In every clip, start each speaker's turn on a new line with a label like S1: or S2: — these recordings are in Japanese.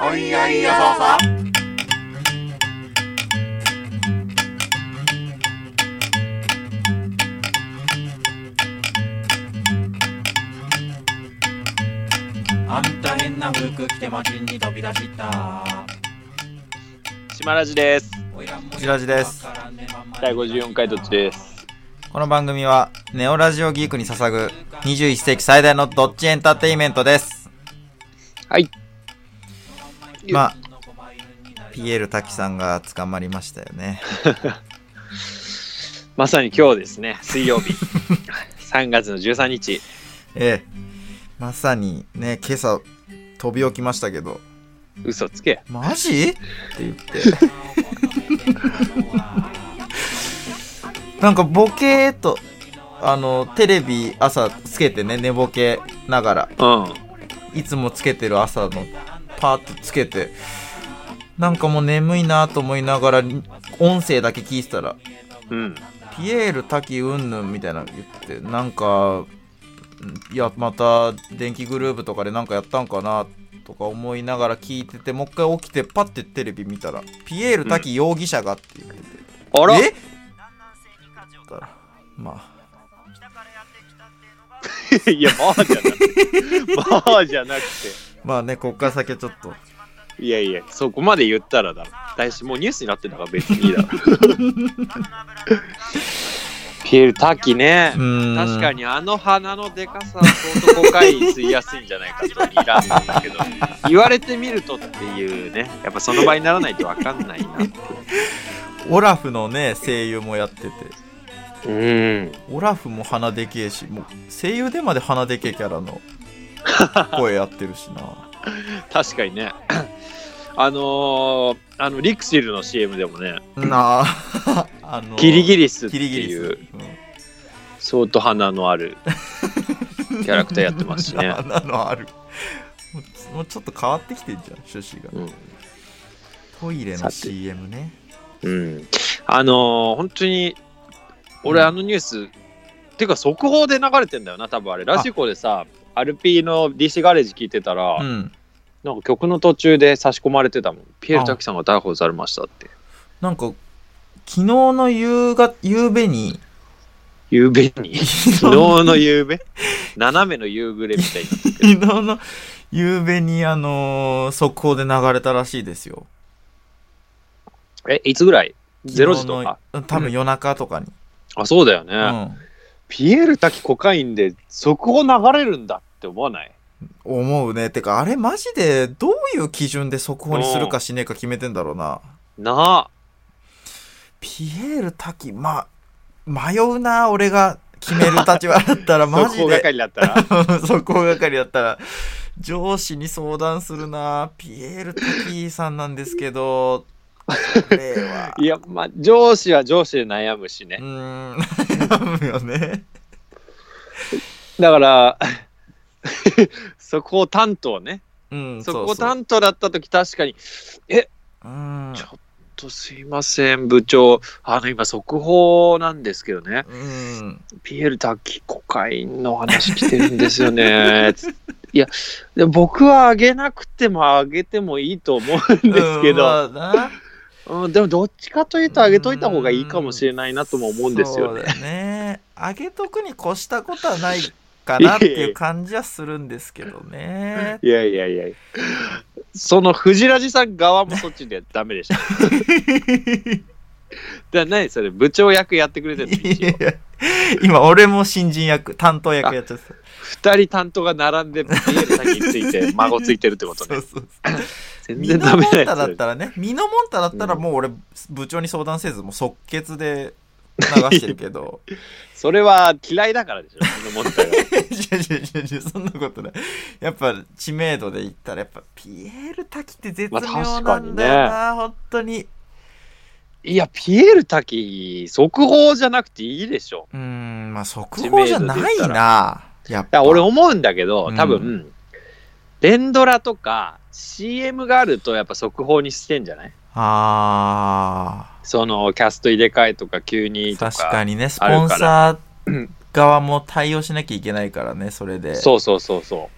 S1: おいやいやそうそうあんた変な服着て街に飛び出した
S2: 島ラジです。
S3: ジラジです
S2: 第54回どっちです。
S3: この番組はネオラジオギークに捧ぐ21世紀最大のどっちエンターテインメントです
S2: はい
S3: まあピエール滝さんが捕まりましたよ ね
S2: まさに今日ですね、水曜 日。3月の13日。
S3: ええまさにね今朝飛び起きましたけど
S2: 嘘つけ。
S3: マジって言って なんかボケーっとあのテレビ朝つけてね寝ぼけながら
S2: うん。
S3: いつもつけてる朝のパーッとつけてなんかもう眠いなと思いながら音声だけ聞いてたら
S2: うん。
S3: 「ピエール滝うんぬん」みたいなの言ってなんかいやまた電気グループとかでなんかやったんかなとか思いながら聞いててもう一回起きてパッてテレビ見たら「ピエール滝容疑者が」って言ってて
S2: あら
S3: えだからまあ
S2: いや、まあじゃなくて。まあじゃなく
S3: まあねこっから先はちょっと
S2: て。いやいや、そこまで言ったらだろ。大しもうニュースになってんだから別にいい だろ。ピエール・タキね。
S3: ん
S2: 確かにあの鼻のでかさは相当5回吸いやすいんじゃないかと睨んでるんだけど言われてみるとっていうねやっぱその場にならないと分かんないな
S3: オラフのね声優もやってて
S2: うん
S3: オラフも鼻でけえしもう声優でまで鼻でけえキャラ の声やってるしな
S2: 確かにね あのー、あのリクシルの CM でもね
S3: なあ あの
S2: キリギリスって
S3: キリギリ
S2: い
S3: ス
S2: う相当鼻のあるキャラクターやってますし
S3: うん、
S2: ね
S3: あんなのあるもうもうちょっと変わってきてんじゃん趣旨が
S2: うん、
S3: トイレ
S2: さ
S3: の
S2: て
S3: CM ね
S2: うん、あのー、本当に俺
S3: うん
S2: あのニュース、てか速報で流れてんだよな多分あれラジコでさアルピーの DC ガレージ聞いてたら、
S3: うん
S2: なんか曲の途中で差し込まれてたもんピエール滝さんが逮捕されましたって
S3: なんか昨日の夕が夕べに
S2: 夕べ に
S3: 昨
S2: 昨日の夕べ斜めの夕暮れみたいな
S3: 昨日の夕べにあのー速報で流れたらしいですよ
S2: えいつぐらい0時
S3: 昨
S2: と
S3: 日
S2: か
S3: の多分夜中とかに、
S2: あそうだよね、
S3: うん、
S2: ピエール滝コカインで速報流れるんだって思わない
S3: 思うね。てか、あれマジで、どういう基準で速報にするかしねえか決めてんだろうな。
S2: なあ
S3: ピエール滝、ま、迷うな、俺が決める立場だ ったら、マ
S2: 速
S3: ジ
S2: 報
S3: で。
S2: 係だったら
S3: 速報係だったら、上司に相談するな。ピエール滝さんなんですけど、これ は。
S2: いやまあ上司は上司で悩むしね
S3: うーん、 悩むよね。
S2: だから、 そこを担当ね。
S3: うん、
S2: そうこ
S3: う
S2: 担当だったとき、確かに、
S3: うん。
S2: ちょちょっとすいません、部長。あの、今、速報なんですけどね。
S3: うん。
S2: ピエール滝コカインの話来てるんですよね。 ついや、でも僕はあげなくてもあげてもいいと思うん ですけ
S3: うんま
S2: ど、
S3: あな
S2: うん、でもどっちかというとあげといた方がいいかもしれないなとも思うんですよね。
S3: そうだね。上げとくに越したことはないかなって
S2: いえい
S3: い
S2: え
S3: う感じはするんですけど ね。
S2: いやいやいやその藤ラジさん側もそっちでダメでした。だ から何それ部長役やってくれてるの
S3: いや
S2: 一応
S3: いや今、俺も新人役、担当役やっちゃってた。
S2: 二人担当が並んで見える先 につい て孫ついてるってこと
S3: そ
S2: ね
S3: うそう
S2: 全
S3: ミノ
S2: 然
S3: モ
S2: ダ
S3: ン
S2: メな
S3: タ
S2: や
S3: だ
S2: つ
S3: ったらね、ミノモンタだったらもう俺、部長に相談せず、もう即決で流してるけど。
S2: それは嫌いだからでしょその問題 は
S3: いやいやいやいやそんなことない。やっぱ知名度で言ったら、やっぱピエール滝って絶妙なんだよな、本当に。
S2: いやピエール滝速報じゃなくていいでしょ
S3: うーん、まあ速
S2: 知
S3: 報
S2: 名
S3: じゃ
S2: 度で
S3: な
S2: 言ったら
S3: いな。やっ
S2: だ
S3: ぱ
S2: から俺思うんだけど多分、
S3: う
S2: 連ドラとか CM があるとやっぱ速報にしてんじゃない
S3: あ
S2: そのキャスト入れ替えとか急に
S3: ー
S2: とか
S3: 確かにね、ス
S2: あるから
S3: ポンサ
S2: う
S3: ー側も対応しなきゃいけないからね、それで。
S2: そうそうそうそ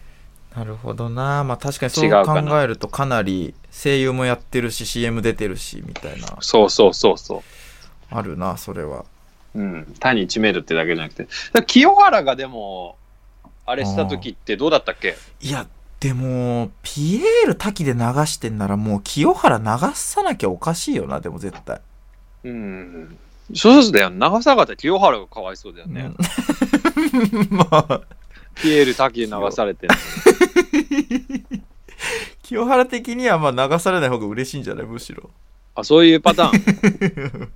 S2: う
S3: なるほどなまあ確かにそ
S2: 違
S3: う
S2: うかな
S3: 考えるとかなり声優もやってるし CM 出てるしみたいな
S2: そうそうそうそ
S3: あるなそれは
S2: う。うん。単に知名度ってだけじゃなくて。だから清原がでも、あれした時ってどうだったっけ
S3: いやでもピエール滝で流してんならもう清原流さなきゃおかしいよなでも絶対、
S2: うん。そうそうだよ。長坂って清原がかわいそうだよね。
S3: うん まあ
S2: ピエール滝で流されてる。
S3: 清原的にはまあ流されない方が嬉しいんじゃないむしろ
S2: あ、そういうパター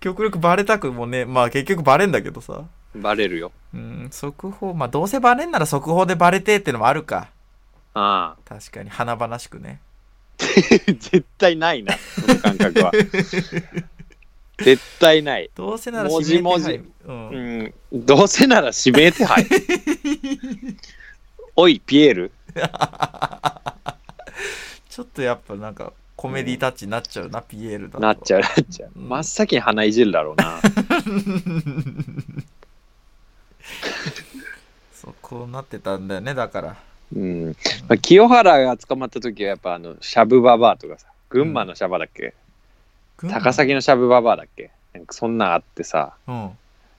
S3: 極力バレたくもねまあ結局バレんだけどさ
S2: ン。 バレるよ。
S3: うん速報まあどうせバレんなら速報でバレてってのもあるか
S2: ああ。
S3: 確かに華々しくね
S2: 絶対ないな、その感覚は。 絶対ない。
S3: どうせなら
S2: もじもじ
S3: 指名手配うん
S2: うん。どうせなら指名手 配。おい、ピエール。
S3: ちょっとやっぱなんかコメディタッチになっちゃうな、ピエールだと
S2: なっちゃう、なっちゃう。
S3: うん
S2: 真っ先に鼻いじるだろうな。
S3: そうこうなってたんだよねだから
S2: うん。まあ、清原が捕まった時は、やっぱあの、シャブババアとかさ、群馬のシャバだっけ、高崎のシャブババアだっけなんかそんなんあってさ、
S3: うんあ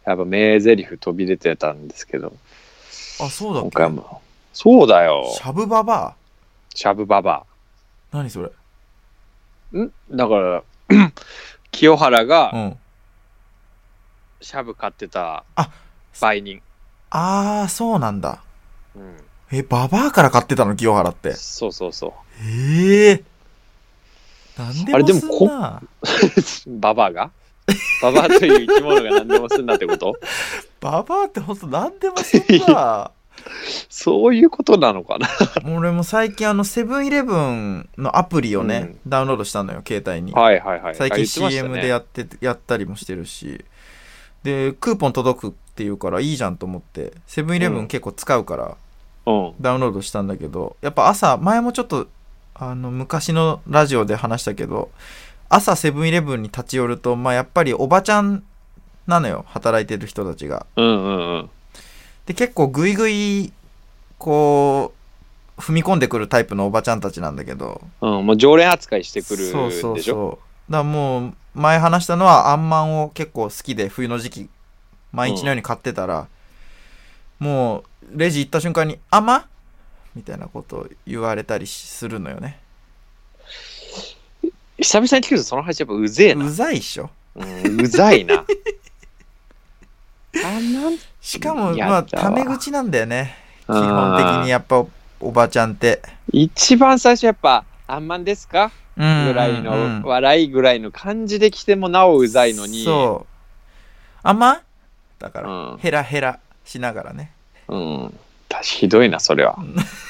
S2: やっぱ名台詞飛び出てたんですけど、
S3: そうだっ
S2: 今
S3: け
S2: 回も。そうだよ。
S3: シャブババ
S2: シャブババ
S3: ア何それ
S2: ア。んだから、 清原
S3: う
S2: が
S3: ん
S2: シャブ買ってた
S3: あ
S2: 売人。
S3: ああそうなんだ
S2: うん。
S3: えババアから買ってたの清原って
S2: そうそうそう。
S3: ええなんで
S2: あれ
S3: も
S2: でも
S3: すん
S2: こ
S3: な
S2: ババアがババアという生き物が何でもすんだってこと
S3: ババアってほんと何でもすんな
S2: そういうことなのか な
S3: もう俺も最近あのセブンイレブンのアプリをね、ダウンロードしたのよ携帯に
S2: はいはいはい。
S3: 最
S2: あ
S3: 近 CM で
S2: 言ってましたね
S3: やってて、やったりもしてるしでクーポン届くっていうからいいじゃんと思ってセブンイレブ
S2: う
S3: ン
S2: ん
S3: 結構使うから
S2: うん。
S3: ダウンロードしたんだけど、やっぱ朝前もちょっとあの昔のラジオで話したけど朝セブンイレブンに立ち寄ると、まあ、やっぱりおばちゃんなのよ働いてる人たちが
S2: うんうんうん。
S3: で結構グイグイこう踏み込んでくるタイプのおばちゃんたちなんだけど
S2: うん、もう常連扱いしてくるでしょ
S3: そうそうそうだからもう前話したのはあんまんを結構好きで冬の時期毎日のように買ってたら、もうレジ行った瞬間に「あんま?」みたいなことを言われたりするのよね
S2: 久々に聞くとその話やっぱうぜえな。
S3: うざいっしょ
S2: うん、うざい な。あなん
S3: しかも
S2: や
S3: まあ
S2: だわ
S3: タメ口なんだよね基本的に
S2: うん
S3: やっぱおばちゃんって
S2: 一番最初やっぱ、あんまんですか
S3: ぐ
S2: ぐらいの、笑いぐらいの感じで来てもなおうざいのに。
S3: そうあんまだから、
S2: うん
S3: ヘラヘラしながらね
S2: う。うん。確かひどいな、それは。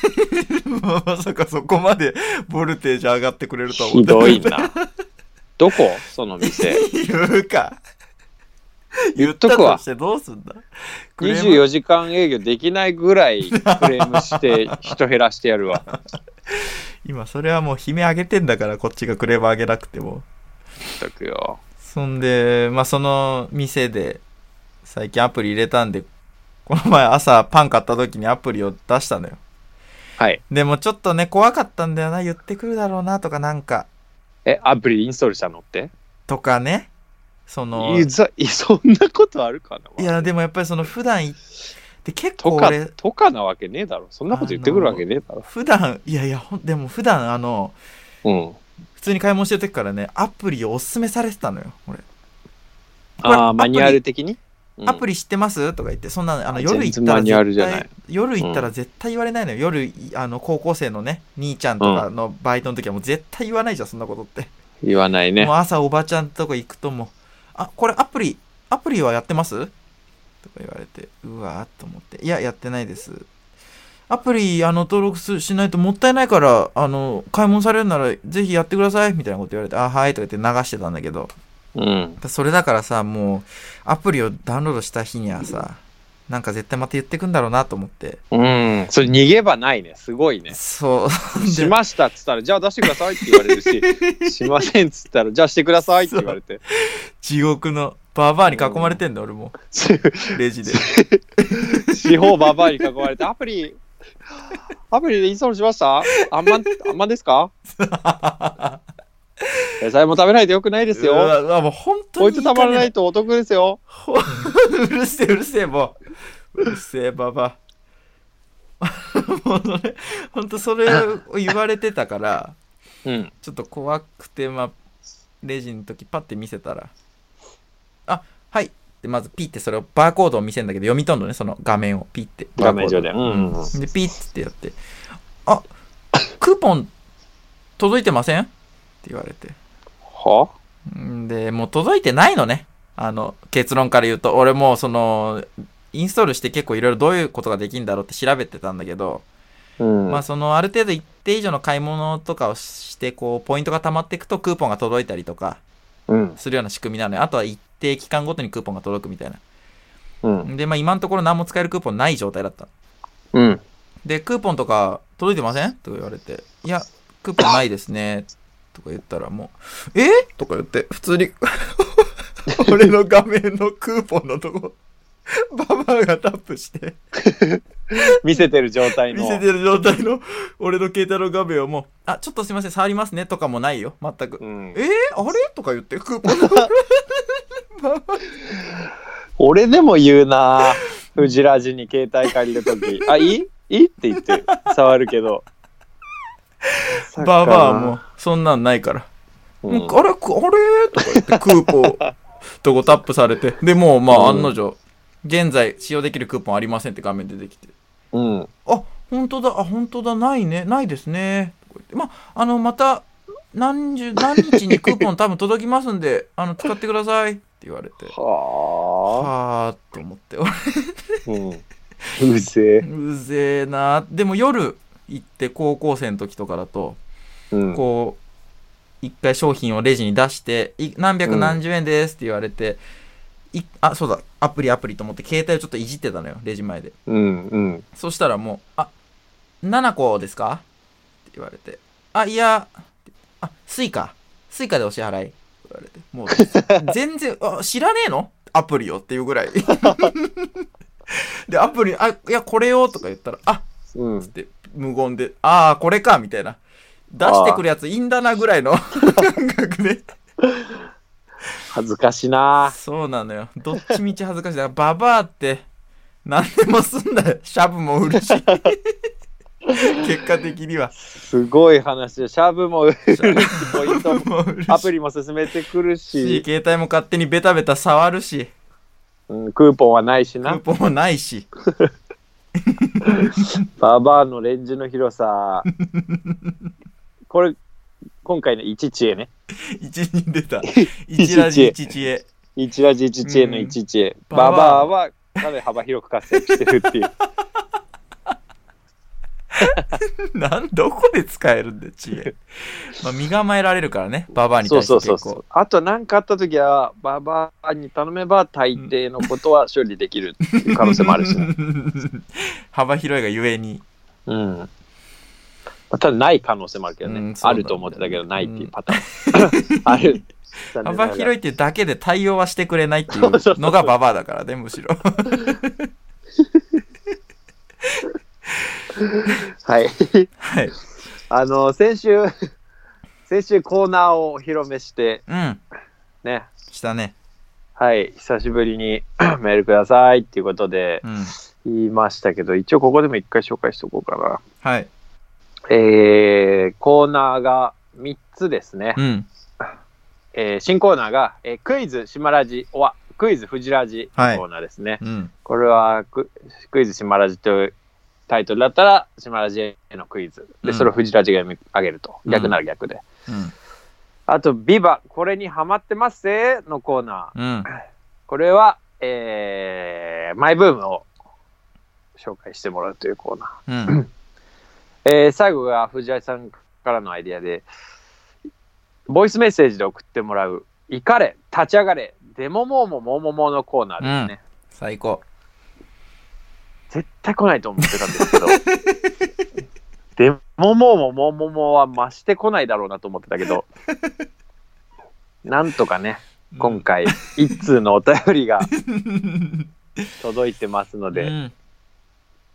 S3: まさかそこまでボルテージ上がってくれるとは
S2: ひ
S3: 思ってなかっ
S2: ど
S3: た
S2: いな。どこその店。
S3: 言うか。
S2: 言っとく
S3: 言ったと
S2: わ
S3: し。てどうすんだクレーム
S2: 24時間営業できないぐらいクレームして人減らしてやる わ。
S3: 今それはもう悲鳴上げてんだからこっちがクレーム上げなくても
S2: 全くよ。
S3: そんでまあその店で最近アプリ入れたんでこの前朝パン買った時にアプリを出したのよ
S2: はい。
S3: でもちょっとね怖かったんだよな言ってくるだろうなとかなんか
S2: え、アプリインストールしたのって
S3: とかねその
S2: いざいそんなことあるかない
S3: やでもやっぱりその普段いで結
S2: と
S3: 構
S2: か
S3: 俺、
S2: とかなわけねえだろ。そんなこと言ってくるわけねえだろ。
S3: 普段いやいやほんでも普段あの
S2: うん。
S3: 普通に買い物してる時からねアプリをおすすめされてたのよ俺これ
S2: あ
S3: ア
S2: あ、
S3: プリ
S2: マニュアル的に、
S3: アプ
S2: リ
S3: リ知ってますとか言ってそんなあの
S2: あ
S3: 夜
S2: 全
S3: 行った
S2: 然
S3: ら
S2: マニュアルじゃ
S3: 絶
S2: ない
S3: 対夜行ったら絶対言われないのよ、夜いあの高校生のね兄ちゃんとかのバイトの時はもう絶対言わないじゃんそんなことって、
S2: 言わないね
S3: もう。朝おばちゃんとこ行くともうあこれアプリアプリはやってますとか言われてうわーと思っていややってないですアプリあの登録すしないともったいないからあの買い物されるならぜひやってくださいみたいなこと言われてあはいとか言って流してたんだけど
S2: うん。
S3: それだからさもうアプリをダウンロードした日にはさなんか絶対また言ってくんだろうなと思って
S2: うん。それ逃げ場ないね。すごいね。
S3: そう
S2: しましたっつったら、じゃあ出してくださいって言われる し、しませんっつったら、じゃあしてくださいって言われて。
S3: 地獄のババアに囲 まれてんだ俺もレジで
S2: 四方ババアに囲われて、アプリアプリでインストールしましたあんま、あんまです か野菜も食べないとよくないです
S3: う
S2: よ。
S3: わうわもう本当に
S2: こいつたまらない
S3: い
S2: とお得ですよ。
S3: ほうるせえうるせえもううるせえバ バもうそれ本当それを言われてたから
S2: うん。
S3: ちょっと怖くてまあレジの時パッて見せたら「あはい」ってまずピってそれをバーコードを見せるんだけど読み取るのねその画面をピって
S2: 画面上で
S3: バーコード
S2: うんうんう
S3: でピッってやって「あクーポン届いてません?」って言われて
S2: は
S3: んで、もう届いてないのね。あの、結論から言うと、俺もうその、インストールして結構いろいろどういうことができるんだろうって調べてたんだけど、
S2: うん。
S3: まあそのある程度一定以上の買い物とかをして、こう、ポイントが溜まっていくとクーポンが届いたりとか
S2: うん。
S3: するような仕組みなのよ。あとは一定期間ごとにクーポンが届くみたいな。
S2: うん。
S3: で、まあ今のところ何も使えるクーポンない状態だった。
S2: うん。
S3: で、クーポンとか届いてませんとか言われて、いや、クーポンないですね。とか言ったらもう、えとか言って、普通に、 俺の画面のクーポンのとこ、ババアがタップして、
S2: 見せてる状態の。
S3: 見せてる状態の俺の携帯の画面をもう、あ、ちょっとすいません、触りますねとかもないよ、全く。
S2: うん
S3: えー、あれとか言って、クーポンの。
S2: 俺でも言うなぁ。うじらじに携帯借りると き。あ、いいいいって言って、触るけど。
S3: ババアも、そんなんないから。
S2: う
S3: も
S2: ん
S3: うあれ、くあれとか言って、クーポン とこタップされて、でもう、まあ、
S2: うん
S3: 案の定、現在使用できるクーポンありませんって画面出てきて、
S2: うん。
S3: あ、本当だ、あ、本当だ、ないね、ないですね。とか言ってまあ、あの、また、何十、何日にクーポン多 分届きますんで、あの、使ってくださいって言われて、
S2: はあ。
S3: はーと思って、
S2: うん。うぜえ。
S3: うぜえなでも夜行って、高校生の時とかだと、
S2: うん。
S3: こう、一回商品をレジに出して、い何百何十円ですって言われて、いあ、そうだ、アプリアプリと思って携帯をちょっといじってたのよ、レジ前で。
S2: うん。うん。
S3: そしたらもう、あ、7個ですかって言われて、あ、いや、あ、スイカ、スイカでお支払いって言われて、もう、全然、あ、知らねえのアプリよっていうぐらい。 で、アプリ、あ、いや、これよとか言ったら、あ、
S2: うん
S3: っ。て無言で「ああこれか」みたいな出してくるやついいんだなぐらいの感覚で
S2: 恥ずかしいな
S3: そうなのよどっちみち恥ずかしいだからババアって何でもすんだよシャブも売 るし結果的には
S2: すごい話シャー ブも売るしポイントも
S3: もう売るし
S2: アプリも進めてくるし、
S3: 携帯も勝手にベタベタ触るし
S2: うん、クーポンはないし
S3: クー
S2: な
S3: ポンもないし
S2: ババアのレンジの広さこれ今回の一知恵ね
S3: 一人出 た一ラジ一知恵
S2: 一ラジ一知恵の一知恵、
S3: うん
S2: ババアはかなり幅広く活躍してるって いう
S3: なんどこで使えるんだよ知恵、まあ、身構えられるからねババアに
S2: そ
S3: 対
S2: う
S3: して
S2: そう
S3: 結
S2: そ
S3: 構
S2: うそうあと何かあった時はババアに頼めば大抵のことは処理できるっていう可能性もあるし ね、
S3: 幅広いがゆえに
S2: うんまあただない可能性もあるけどね、
S3: うんそう
S2: あ
S3: なんだよね
S2: ると思ってたけどないっていうパターン、 ある
S3: 幅広
S2: い
S3: いっていうだけで対応はしてくれないっていうのがババアだからねむしろ
S2: はい
S3: はい
S2: あの先週 先週コーナーをお披露目して
S3: うん
S2: ね
S3: したね
S2: はい久しぶりに メールくださいっていうことで
S3: うん
S2: 言いましたけど一応ここでも一回紹介しておこうかな
S3: はい
S2: えー、コーナーが3つですね、
S3: うん
S2: えー新コーナーが、えークイズ島ラジおわクイズフジラジのコーナーですね、
S3: うん
S2: これはククイズ島ラジというタイトルだったら島ラジへのクイズで
S3: うん
S2: それをフジラジが読み上げると、
S3: うん
S2: 逆なら逆で
S3: うん
S2: あと、ビバ、これにハマってますぜのコーナー。
S3: うん
S2: これは、えー、マイブームを紹介してもらうというコーナ
S3: うん
S2: ー。えー、最後が藤井さんからのアイディアで、ボイスメッセージで送ってもらう、怒れ、立ち上がれ、デモモーモモモモのコーナーですね。
S3: 最高
S2: 絶対来ないと思ってたんです けど、デモモーモモモモは増して来ないだろうなと思ってたけど、なんとかね、今回、一通のお便りが
S3: うん
S2: 届いてますので、
S3: うん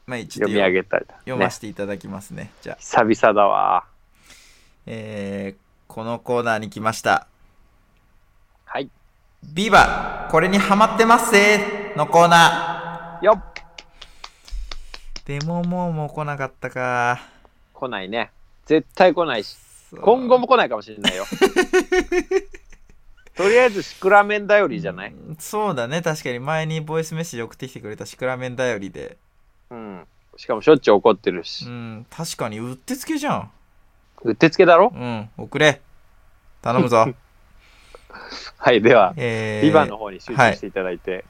S3: まあ、一応
S2: 読み上げたりだ、
S3: 読
S2: ね
S3: ませていただきますね。じゃあ、
S2: 久々だわ。
S3: えー、このコーナーに来ました。
S2: はい。
S3: ビバこれにハマってますぜのコーナ
S2: よっ
S3: ー。でももうもう来なかったか。
S2: 来ないね。絶対来ないし、
S3: そう
S2: 今後も来ないかもしれ ないよ。とりあえずシクラメン頼りじゃない
S3: そうだね、確かに前にボイスメッセージ送ってきてくれたシクラメン頼りで。
S2: うん。しかもしょっちゅう怒ってるし
S3: う。ん、確かにうってつけじゃん。
S2: うってつけだろ
S3: うん、送れ。頼 むぞ。
S2: はい、では、
S3: えー、
S2: ビバの方に集中していただいて。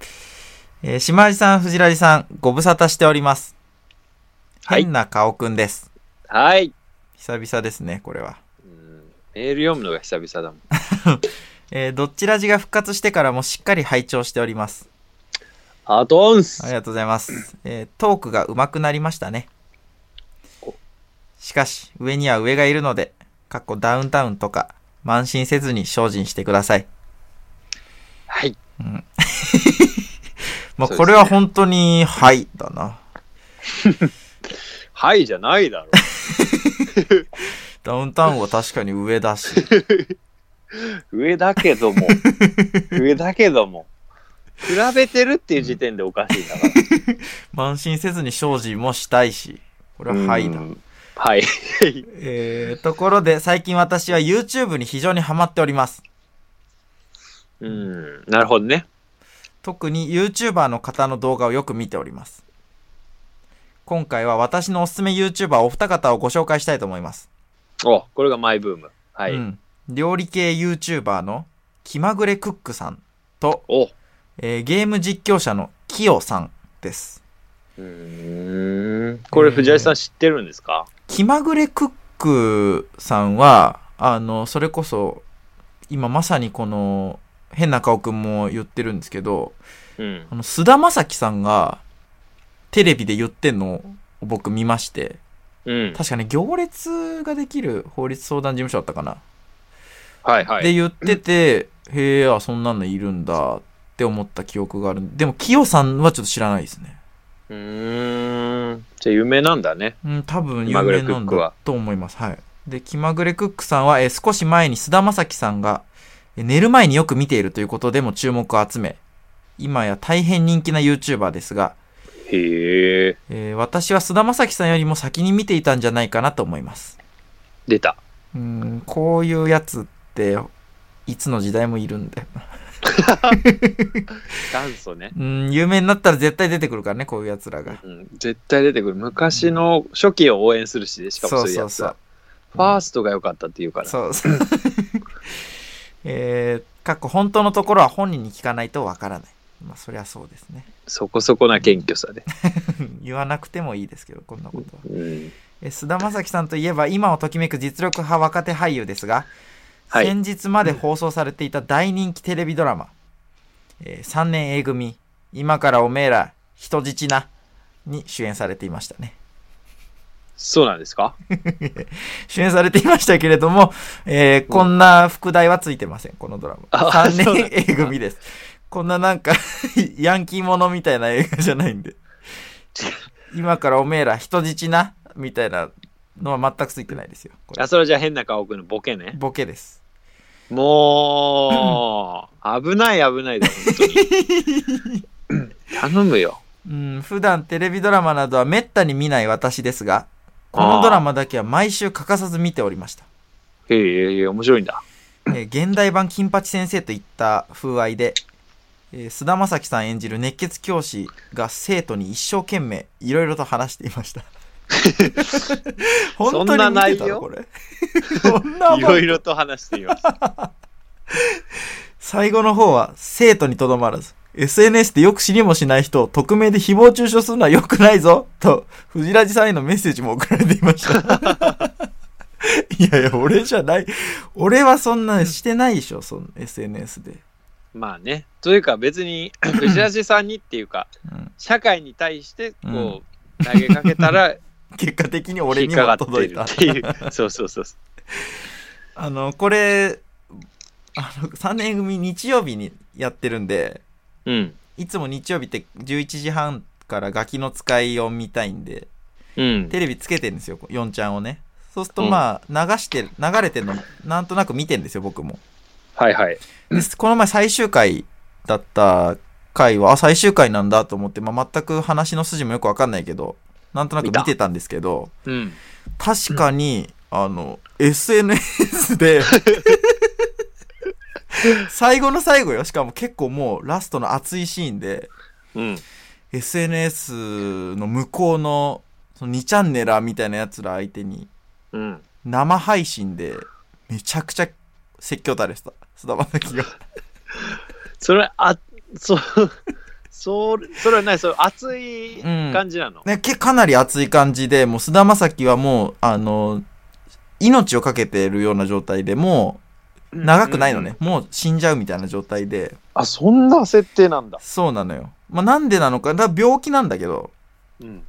S3: えー、島地さん、藤らさん、ご無沙汰しております。
S2: はい
S3: 変な顔くんです。
S2: はい。
S3: 久々ですね、これは。
S2: うんメール読むのが久々だもん。
S3: えー、どっちラジが復活してからもしっかり拝聴しております。
S2: あとオンス
S3: ありがとうございます。えートークが上手くなりましたね
S2: お。
S3: しかし、上には上がいるので、かっこダウンタウンとか、慢心せずに精進してください。
S2: はい。
S3: まあ、
S2: そうですね
S3: これは本当に、はい、だな。
S2: はいじゃないだろ。
S3: ダウンタウンは確かに上だし。
S2: 上だけど も。上だけども。比べてるっていう時点でおかしいんだから。
S3: 慢心せずに精進もしたいし。これははいだ
S2: う。ん。はい。
S3: えー、ところで最近私は YouTube に非常にハマっております。
S2: うん。なるほどね。
S3: 特に YouTuber の方の動画をよく見ております。今回は私のおすすめ YouTuber お二方をご紹介したいと思います。
S2: お、これがマイブーム。はい。
S3: うん。料理系 YouTuber の気まぐれクックさんと、
S2: お。う
S3: えーゲーム実況者のキヨさんです。
S2: ーん。これ藤井さん知ってるんですか、
S3: 気まぐれクックさんはあのそれこそ今まさにこの変な顔くんも言ってるんですけど
S2: うん
S3: あ。の菅田将暉さんがテレビで言ってんのを僕見まして
S2: うん。
S3: 確かね行列ができる法律相談事務所だったかな、
S2: はいは
S3: で
S2: い。
S3: 言っててへえあそんなのいるんだって思った記憶があるでもキヨさんはちょっと知らないですね
S2: うーん。じゃあ有名なんだね。
S3: うん、多分
S2: 気
S3: 有
S2: まぐ
S3: 名
S2: れク
S3: なん
S2: ック
S3: だ
S2: は
S3: と思います。はい。で、気まぐれクックさんは、えー少し前に菅田将暉さんが、えー寝る前によく見ているということでも注目を集め、今や大変人気な YouTuber ですが、
S2: へえ。
S3: えー私は菅田将暉さんよりも先に見ていたんじゃないかなと思います。
S2: 出た。
S3: うーん、こういうやつって、いつの時代もいるんだよな。
S2: 元祖ね。
S3: うん、有名になったら絶対出てくるからね、こういうやつらが。
S2: うん、絶対出てくる昔の初期を応援するしねしかもそういうやつはファーストが良かったっていうから
S3: そ うそう。えー、かっこ本当のところは本人に聞かないとわからない。まあ、そりゃそうですね。
S2: そこそこな謙虚さで、
S3: 言わなくてもいいですけど、こんなことは。
S2: うん、
S3: え、菅田将暉さんといえば、今をときめく実力派若手俳優ですが、
S2: はい
S3: 先日まで放送されていた大人気テレビドラマ、えー3年 A 組、今からおめえら、人質な、に主演されていましたね。
S2: そうなんですか
S3: 主演されていましたけれども、えーこんな副題はついてません、このドラマ。
S2: あ
S3: 3
S2: そうな
S3: 年
S2: ん
S3: A 組です。こんななんか、 ヤンキーものみたいな映画じゃないんで。今からおめえら人質な、みたいなのは全くついてないですよ。これ
S2: あそれじゃあ変な顔くんのボケね
S3: ボケです。
S2: もう危ない危ないだ本当に 頼むよ
S3: うん、普段テレビドラマなどはめったに見ない私ですが、このドラマだけは毎週欠かさず見ておりました。
S2: へえ面白いんだ
S3: えー現代版金八先生といった風合いで、えー菅田将暉さん演じる熱血教師が生徒に一生懸命いろいろと話していました 本当に見てたのこれ そんない
S2: ろ
S3: も
S2: い
S3: ん
S2: ろと話しています
S3: 最後の方は生徒にとどまらず SNS でよく知りもしない人を匿名で誹謗中傷するのは良くないぞと藤ラジさんへのメッセージも送られていました いやいや俺じゃない俺はそんなしてないでしょその SNS で、
S2: まあねというか別 に藤橋さんにっていうか
S3: うん、
S2: 社会に対してこう、
S3: うん
S2: 投げかけたら
S3: 結果的に 俺
S2: 引
S3: に
S2: っか
S3: も
S2: かっ
S3: 届
S2: て
S3: い
S2: る
S3: た
S2: っていう そうそうそうそう
S3: あのこれあの3年組日曜日にやってるんで
S2: うん
S3: いつも日曜日って11時半からガキの使いを見たいんで、
S2: うん。
S3: テレビつけてんですよ、4ちゃんをね。そうするとまあ、流して、流れてんの、なんとなく見てんですよ、僕も。
S2: はいはい。
S3: でこの前最終回だった回は、あ、最終回なんだと思って、まあ、全く話の筋もよくわかんないけど、なんとなく見てたんですけど、
S2: うん。
S3: 確かに、あの、SNS で、最後の最後よ。しかも結構もうラストの熱いシーンで、
S2: うん。
S3: SNS の向こうの、その2チャンネラーみたいなやつら相手に、
S2: うん。
S3: 生配信で、めちゃくちゃ説教垂れてた。菅田将暉が。
S2: それ、あ、そう、 そう、それはない、それ熱い感じなの。
S3: ね、けかなり熱い感じで、もう菅田将暉はもう、あの、命をかけてるような状態でもう、長くないのね。もう死んじゃうみたいな状態で、
S2: あ、そんな設定なんだ。
S3: そうなのよ。まあ、なんでなのか、だから病気なんだけど、
S2: うん。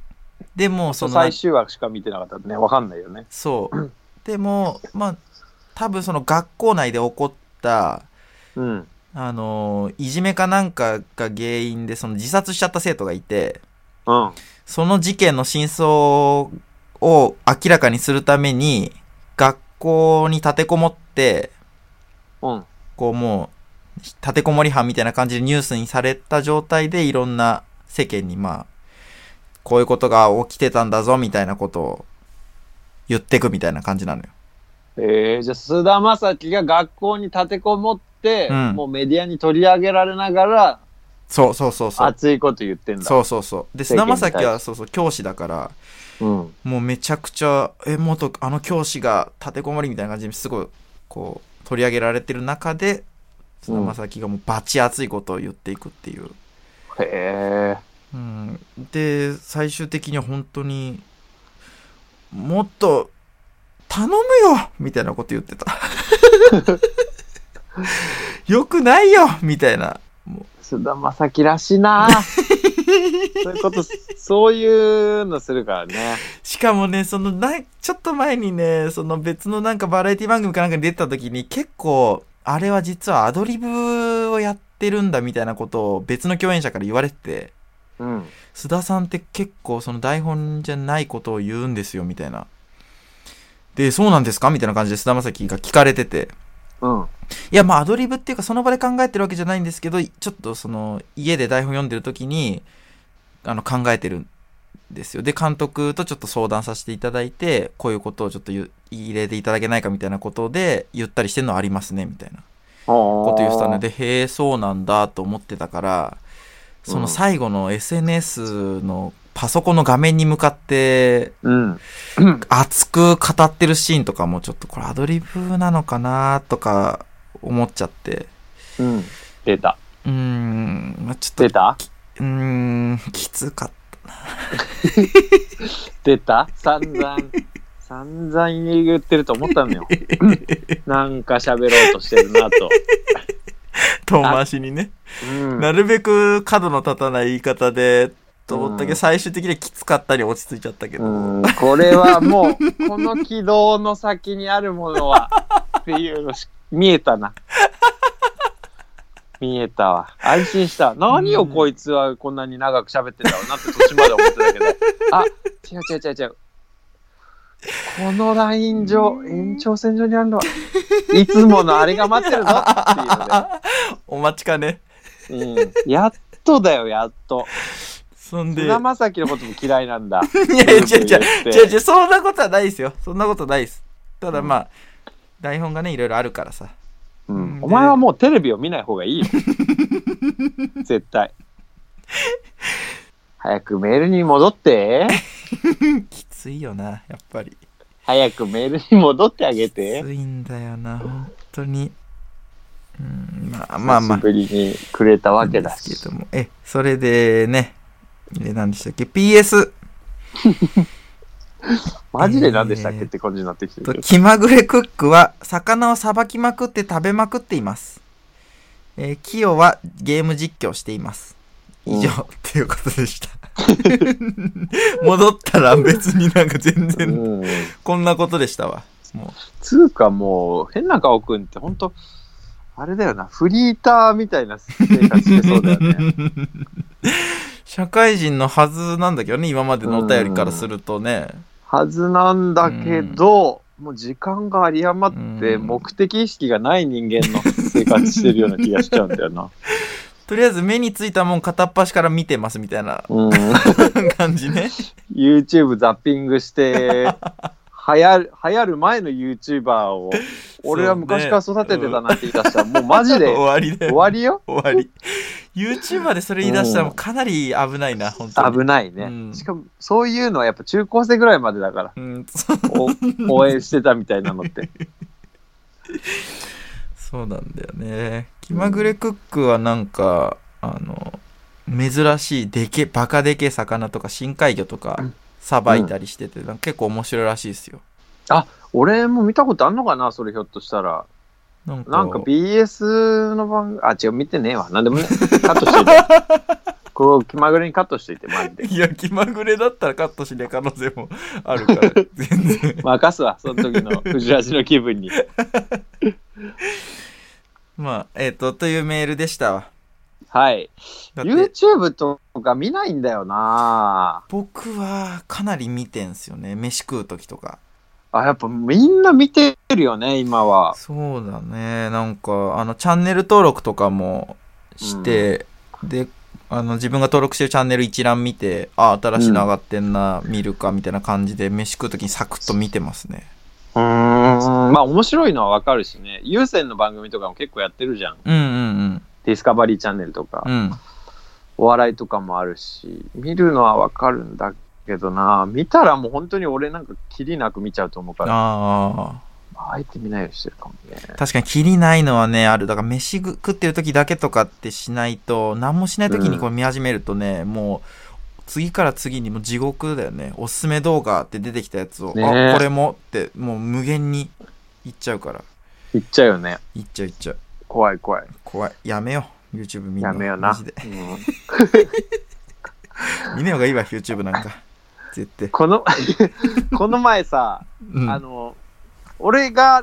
S3: でも、その、
S2: 最終話しか見てなかったんでね、わかんないよね。
S3: そう。でも、まあ、多分その学校内で起こった、
S2: うん。
S3: あのーいじめかなんかが原因で、その自殺しちゃった生徒がいて、
S2: うん。
S3: その事件の真相を明らかにするために、学校に立てこもって、
S2: うん。
S3: こうもう、立てこもり犯みたいな感じでニュースにされた状態でいろんな世間にまあ、こういうことが起きてたんだぞみたいなことを言ってくみたいな感じなのよ。
S2: えー、じゃあ、菅田将暉が学校に立てこもって、
S3: うん
S2: もうメディアに取り上げられながら、
S3: そうそうそうそう。
S2: 熱いこと言ってんだ。
S3: そうそうそう。で、
S2: 世間
S3: 菅
S2: に対
S3: 田
S2: し
S3: 将暉はそうそう、教師だから、
S2: うん。
S3: もうめちゃくちゃ、え、元、あの教師が立てこもりみたいな感じですごい、こう、取り上げられてる中で、菅田将暉がもうバチ熱いことを言っていくっていう。
S2: へえ。
S3: うん、で最終的には本当にもっと頼むよみたいなこと言ってた よくないよみたいなも
S2: 菅田将暉らしい なそういうこと、そういうのするからね。
S3: うしかもねそのなちょっと前にねその別のなんかバラエティ番組かなんかに出てた時に結構あれは実はアドリブをやってるんだみたいなことを別の共演者から言われてて
S2: うん。
S3: 須田さんって結構その台本じゃないことを言うんですよみたいな。で、そうなんですかみたいな感じで須田将暉が聞かれてて。
S2: うん。
S3: いや、まあアドリブっていうかその場で考えてるわけじゃないんですけど、ちょっとその家で台本読んでる時に、あの考えてるんですよ。で、監督とちょっと相談させていただいて、こういうことをちょっと言う入れていただけないかみたいなことで言ったりしてるのはありますね、みたいな。
S2: こ
S3: こと言ってたので、へえ、そうなんだと思ってたから、その最後の SNS のパソコンの画面に向かって
S2: うん。
S3: 熱く語ってるシーンとかもちょっとこれアドリブなのかなとか思っちゃって、
S2: うん。出た。
S3: うーん、まあ、ちょっ
S2: 出
S3: と、
S2: た
S3: うーん、きつかっ
S2: 出た散 々、散々言ってると思ったのよ。なんか喋ろうとしてるなと。
S3: た。遠回しにね。
S2: うん。
S3: なるべく角の立たない言い方で、と思ったけ
S2: うん
S3: ど、最終的にはきつかったり落ち着いちゃったけど。
S2: うん、これはも う、この軌道の先にあるものは、っていうのし、見えたな。見えたわ。安心した。何をこいつはこんなに長く喋ってんだろうなって途中まで思ってたけど。あ、違う違う違う違う。このライン上、延長線上にあるのは、いつものあれが待ってるぞっ
S3: お待ちかね。
S2: ていうの で。うん。やっとだよ、やっと。
S3: そんで。
S2: 菅田将暉のことも嫌いなんだ。
S3: いやいや、違う違う
S2: う
S3: 違う違う、そんなことはないですよ。そんなことないです。ただまあ、台本がね、いろいろあるか らさ。
S2: うん
S3: で
S2: お前はもうテレビを見ない方がいいよ。 絶対。早くメールに戻って。
S3: きついよな、やっぱり。
S2: 早くメールに戻ってあげ
S3: きつ
S2: て。
S3: いんだよな、本当に。うん、まあまあま
S2: 久しぶりにくれた
S3: あ。
S2: わけだ
S3: です
S2: し
S3: け。ども。え、それでね、え、何でしたっけ ?PS
S2: マジで何でしたっけって感じになってきてる
S3: と
S2: けど。
S3: 気まぐれクックは、魚をさばきまくって食べまくっています。えーキヨはゲーム実況しています。以上、
S2: う
S3: っていうことでした。 戻ったら別になんか全然
S2: うん。
S3: こんなことでしたわ。も
S2: つうかもう、変な顔くんって本当あれだよな、フリーターみたいな生活してそうだよね。
S3: う。社会人のはずなんだけどね今までのお便りからするとね
S2: はずなんだけど、もう時間が有り余って、
S3: うん
S2: 目的意識がない人間の生活してるような気がしちゃうんだよ な。
S3: とりあえず目についたもん片っ端から見てますみたいな
S2: うん、
S3: 感じね
S2: YouTube ザッピングして、流行る流行る前の YouTuber を、俺は昔から育ててたなって言い出したら、もうマジで
S3: 終わりで
S2: 終わりよ。
S3: 終わり YouTuber でそれ言い出したらもうかなり危ないな本当に
S2: 危ない
S3: うん
S2: ね。しかも、そういうのはやっぱ中高生ぐらいまでだから、
S3: うん、そう
S2: お 応援してたみたいなのって。
S3: そうなんだよね気まぐれクックはなんかあの珍しいでけバカでけえ魚とか深海魚とかさばいたりしてて、なんか結構面白いらしいですよ
S2: 俺も見たことあんのかなそれひょっとしたら。
S3: なんか
S2: なんか BS の番組、あ、違う、見てねえわ。なんでもね、カットしてて。 これを気まぐれにカットしていて、マジで。
S3: いや気まぐれだったらカットしない可能性も あるから 全然
S2: 任すわ、その時 の藤ラジの気分に。
S3: まあえっ、とというメールでしたわ
S2: はい。
S3: だって
S2: YouTube とか見ないんだよな
S3: 僕はかなり見てんすよね飯食う時とか
S2: あ、やっぱみんな見てるよね、今は。
S3: そうだねなんかあのチャンネル登録とかもして、であの自分が登録してるチャンネル一覧見てあ新しいの上がってんな、見るかみたいな感じで飯食う時にサクッと見てますね
S2: うーん。まあ面白いのはわかるしね。有線の番組とかも結構やってるじゃん。
S3: うんうん
S2: ディスカバリーチャンネルとか。
S3: うんうん
S2: お笑いとかもあるし、見るのはわかるんだけどな、見たらもう本当に俺なんかキリなく見ちゃうと思うから、
S3: あ
S2: あえて見ないようにしてるかもね。
S3: あ確かにキリないのはねあるだから飯ぐ食ってる時だけとかってしないと何もしない時にこう見始めるとね、もう次から次にもう地獄だよねおすすめ動画って出てきたやつを、
S2: ねえ
S3: あこれもってもう無限にいっちゃうから
S2: 言っちゃうよね。
S3: いっちゃういっちゃう
S2: 怖い怖い。
S3: 怖いやめよう YouTube 見んの
S2: やめよう
S3: マ
S2: な
S3: ジで。
S2: うん
S3: 見ねえ方がいいわ YouTube なん か絶対
S2: こ の、この前さ、
S3: うん
S2: あの、俺が、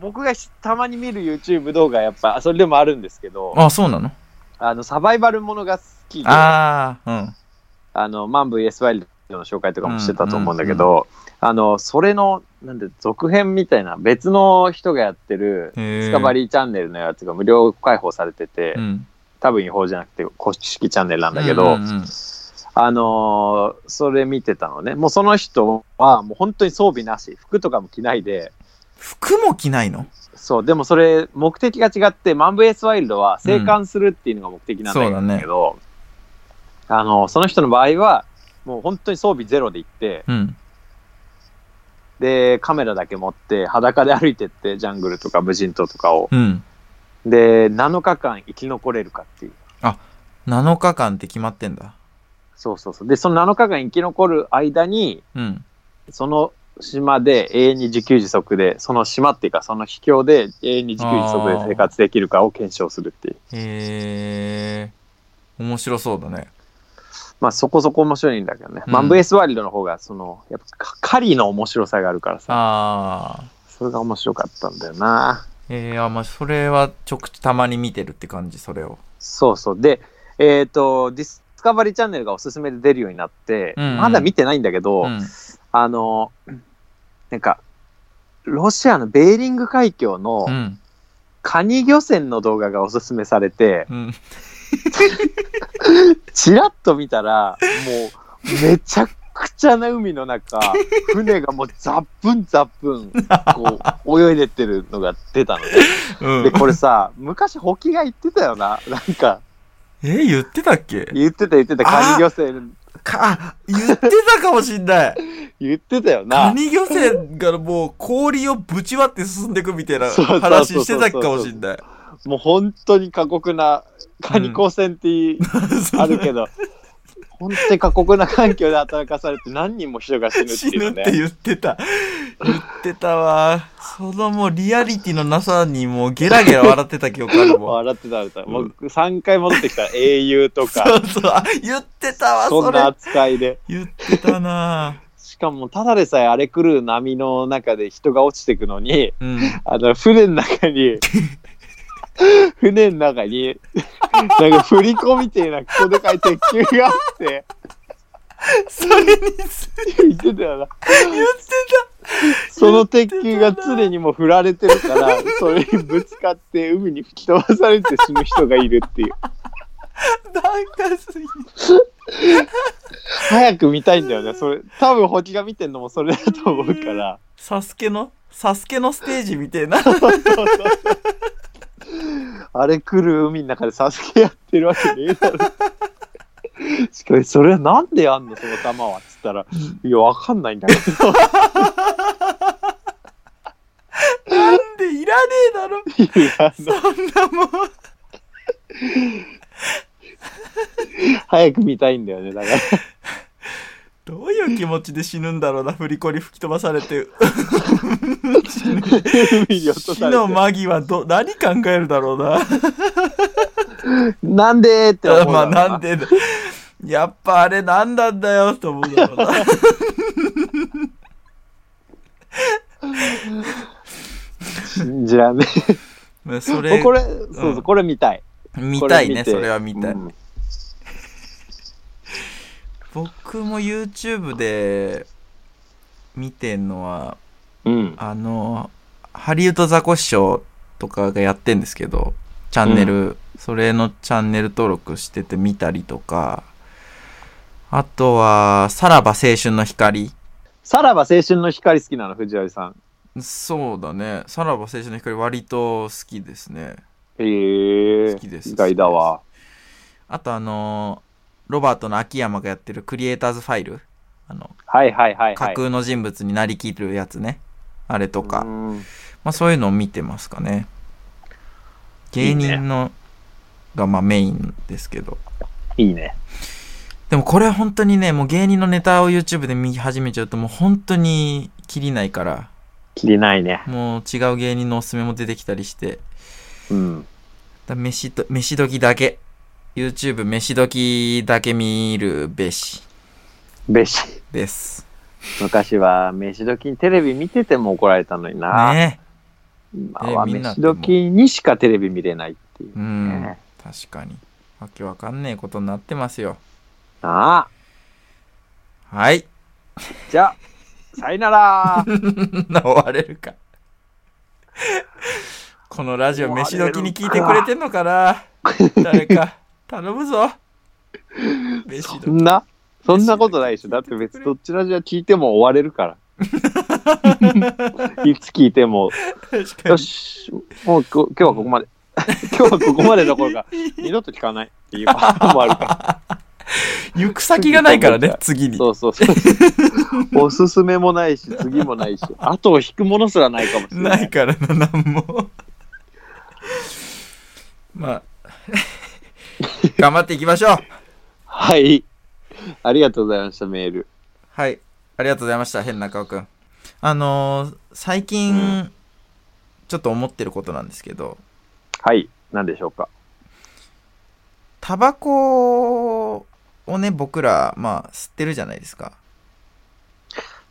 S2: 僕がしたまに見る YouTube 動画やっぱ、それでもあるんですけど、
S3: あそうなの
S2: あの、サバイバルものが好きで、
S3: ああ
S2: あの、マンブ ES ワイルドの紹介とかもしてたと思うんだけど、あの、それの、なんで、続編みたいな、別の人がやってる、
S3: う
S2: デ
S3: んへ
S2: ィスカバリーチャンネルのやつが無料開放されてて、
S3: うん
S2: 多分違法じゃなくて公式チャンネルなんだけど、
S3: うんうんうん
S2: あのーそれ見てたのね。もうその人は、もう本当に装備なし、服とかも着ないで、
S3: 服も着ないの
S2: そう、でもそれ、目的が違って、マンブエースワイルドは生還するっていうのが目的なん
S3: うんそうだ
S2: だ
S3: ね
S2: けど、あのーその人の場合は、もう本当に装備ゼロで行って、
S3: うん
S2: で、カメラだけ持って、裸で歩いてって、ジャングルとか無人島とかを。
S3: うん
S2: で、7日間生き残れるかっていう。
S3: 7日間って決まってんだ
S2: そうそうそう。で、その7日間生き残る間に、
S3: うん
S2: その島で永遠に自給自足で、その島っていうか、その秘境で永遠に自給自足で生活できるかを検証するっていう。
S3: へえ面白そうだね
S2: まあ、そこそこ面白いんだけどね。
S3: うん
S2: マンブエースワイルドの方が、その、やっぱ狩りの面白さがあるからさ、
S3: ああ
S2: それが面白かったんだよな。
S3: えー、あまあそれはちょくたまに見てるって感じそれを
S2: そうそう。で、えっ、と、ディスカバリーチャンネルがおすすめで出るようになって、
S3: うんうん
S2: まだ見てないんだけど、
S3: うん
S2: あの、なんか、ロシアのベーリング海峡の
S3: うん
S2: カニ漁船の動画がおすすめされて、
S3: うん
S2: ちらっと見たら、もう、めちゃくちゃな海の 中、船がもうザップンザップン、こう、泳いでってるのが出たのね。
S3: う
S2: で、
S3: ん
S2: これさ、昔、ホキが言ってたよな。なんか、
S3: え言ってたっけ
S2: 言ってた言ってた、カニ漁船、
S3: かあ言ってたかもしんない
S2: 言ってたよ
S3: カ
S2: な。
S3: ニ漁船がもう氷をぶち割って進んでいくみたいな
S2: そうそうそうそう
S3: 話してたかもしんない。
S2: もう本当に過酷な、カニ光線っていうあるけど、本当に過酷な環境で働かされて何人も人 が死ぬって
S3: 死
S2: い
S3: ぬ
S2: う
S3: っ
S2: ね。
S3: て言ってた。言ってたわ。そのもうリアリティのなさにもうゲラゲラ笑ってた記憶ある もん。
S2: 笑ってた笑ってた。もう3回戻ってきたら英雄と
S3: そ
S2: か、
S3: うそう。あ言ってたわ、
S2: そ
S3: そ
S2: んな
S3: れ。
S2: 扱いで。
S3: 言ってたな
S2: しかも、ただでさえ荒れ狂う波の中で人が落ちてくの に、
S3: うん。
S2: あの、船の中に、船の中に、なんか振り子みてえな、ここでかい鉄球があって、
S3: それにす
S2: 言ってたよな。
S3: 言って
S2: その鉄球が常にもう振られてるから、それにぶつかって海に吹き飛ばされて死ぬ人がいるっていう。
S3: たなんかすぎ
S2: 早く見たいんだよね、それ。多分、ホキが見てんのもそれだと思うから。
S3: サスケのサスケのステージみてえな
S2: あれ来る海の中でサスケやってるわけねえだろ。しかもそれはなんでやんのその球はっつったら「いやわかんないんだけど
S3: なんでいらねえだろ」
S2: いや
S3: そんな もん
S2: 早く見たいんだよねだから
S3: どういう気持ちで死ぬんだろうな振り子に吹き飛ばされて死ぬ
S2: 海に落と
S3: 死
S2: され
S3: の
S2: て
S3: 間際ど何考えるだろうな
S2: 「なんで?」って思うだろ
S3: まあ
S2: うな
S3: なんでやっぱあれ何なんだよと思うだろう な
S2: 信じらんね
S3: まあそ
S2: え
S3: れ
S2: これそうそう、
S3: うん
S2: これ見たい
S3: 見たいね
S2: こて
S3: それは見たい、
S2: うん
S3: 僕も YouTube で見てんのは
S2: うん
S3: あのハリウッドザコシショウとかがやってんですけどチャンネル、それのチャンネル登録してて見たりとかあとは「さらば青春の光
S2: さらば青春の光好きなの藤原さん」
S3: そうだね「さらば青春の光」割と好きですね
S2: へえ
S3: 好きです
S2: 意外だわ
S3: あとあのロバートの秋山がやってる「クリエイターズファイル」あの
S2: はいはいはいは
S3: 架
S2: い
S3: 空の人物になりきるやつね、あれとか、
S2: うん
S3: まあ、そういうのを見てますかね芸人のがまあメインですけど
S2: いいね
S3: でもこれは本当にねもう芸人のネタを YouTube で見始めちゃうともう本当に切りないから
S2: 切りないね
S3: もう違う芸人のおすすめも出てきたりしてだか
S2: うん
S3: ら飯と飯時だけ YouTube 飯時だけ見るべし
S2: べし
S3: です
S2: 昔は飯時にテレビ見てても怒られたのにな、
S3: ね
S2: 今
S3: え
S2: は
S3: みんな
S2: 飯時にしかテレビ見れないっていう
S3: う
S2: ね、
S3: ん、確かにわけわかんねえことになってますよ
S2: なあ
S3: はい
S2: じゃあさよなら
S3: な終われるか このラジオ飯時に聞いてくれてんのかな誰か頼むぞ飯
S2: そ
S3: 時
S2: んなそんなことないでしょだって別にどっちらじゃ聞いても終われる からいつ聞いても
S3: 確か
S2: よ
S3: に
S2: しもうこ今日はここ まで今日はここまでどころか二度と聞かないっていうパターンもあるから
S3: 行く先がないからね次に
S2: そうそうそう。おすすめもないし、次もないし、後を引くものすらないかもしれない。
S3: ないからな何もまあ頑張っていきましょう
S2: はい。ありがとうございました、メール。
S3: はい。ありがとうございました、変な顔くん。あのー最近、
S2: う
S3: ちょっと思ってることなんですけど、
S2: はい。何でしょうか。
S3: タバコをね、僕ら、まあ、吸ってるじゃないですか。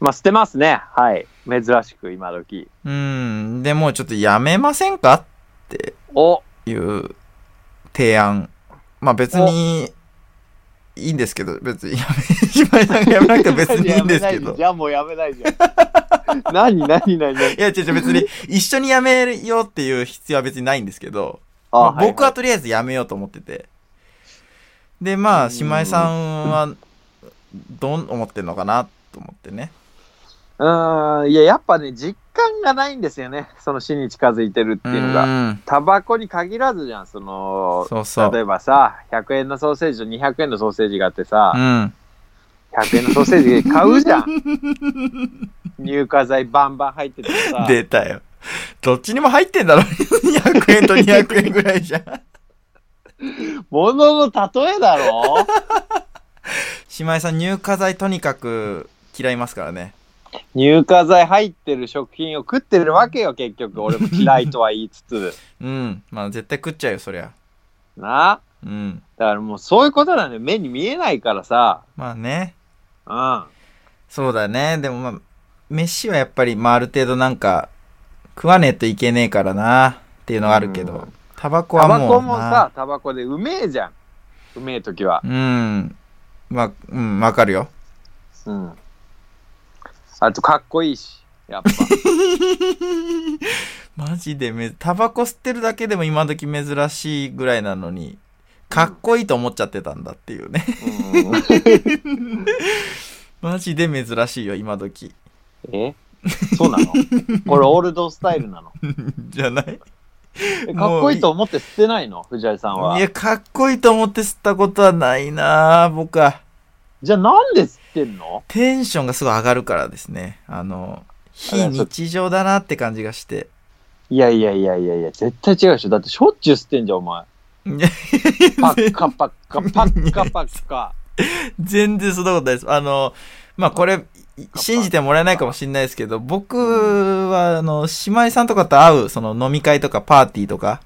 S2: まあ、捨てますね。はい。珍しく、今時。
S3: うん。でもうちょっとやめませんかって
S2: お、
S3: いう提案。まあ別に、いいんですけど、別 にやめ、今井さんがやめなくても別にいいんですけど
S2: じ。ゃあもうやめ ないじゃん。 何、何、何、何。
S3: いや違う違う別に一緒にやめようっていう必要は別にないんですけど、
S2: あ
S3: まあ僕はいとりあえずやめようと思ってて。で、まあ、
S2: うん
S3: 姉妹さんは、どう思ってんのかなと思ってね。
S2: はい、うーん、いや、やっぱね、実感がないんですよね。その死に近づいてるっていうのが。
S3: ん。
S2: タバコに限らずじゃん、その、
S3: そうそう。
S2: 例えばさ、100円のソーセージと200円のソーセージがあってさ、
S3: うん。
S2: 100円のソーセージ買うじゃん。乳化剤バンバン入っててさ。
S3: 出たよ。どっちにも入ってんだろ 200円と200円ぐらいじゃん。姉
S2: ものの例えだろ
S3: 妹さん、乳化剤とにかく嫌いますからね。
S2: 乳化剤入ってる食品を食ってるわけよ、結局。俺も嫌いとは言いつつ。
S3: うん。まあ、絶対食っちゃうよ、そりゃ。
S2: なあ
S3: うん。
S2: だからもうそういうことなんだよ。目に見えないからさ。
S3: まあね。
S2: うん。
S3: そうだね。でもまあ、飯はやっぱり、まあある程度なんか、食わねえといけねえからな、っていうのがあるけ
S2: う
S3: ど
S2: ん。
S3: タバコ
S2: タ
S3: は
S2: バ
S3: もう
S2: コもさ、タバコでうめえじゃん。うめえ時は。
S3: なうんまあうんわかるよ
S2: うん。あと、かっこいいし、やっ ぱ。
S3: マジでめタバコ吸ってるだけでも今時珍しいぐらいなのにかっこいいと思っちゃってたんだっていうね
S2: うん、
S3: マジで珍しいよ今時
S2: えそうなのこれ、オールドスタイルなの。
S3: じゃない。
S2: えかっこいいと思って吸ってないの藤井さんはい
S3: やかっこいいと思って吸ったことはないなあ僕は
S2: じゃあ、なんで吸ってんの
S3: テンションがすごい上がるからですねあの非日常だなって感じがして
S2: いやいやいやいやいや、絶対違うでしょ。だって、しょっちゅう吸ってんじゃん、お 前。
S3: いや
S2: パッカパッカ、パッカパッカ。
S3: 全然そんなことないです。あの、まあ、これ、い信じてもらえないかもしれないですけど、僕は、あの、姉妹さんとかと会う、その飲み会とかパーティーとか、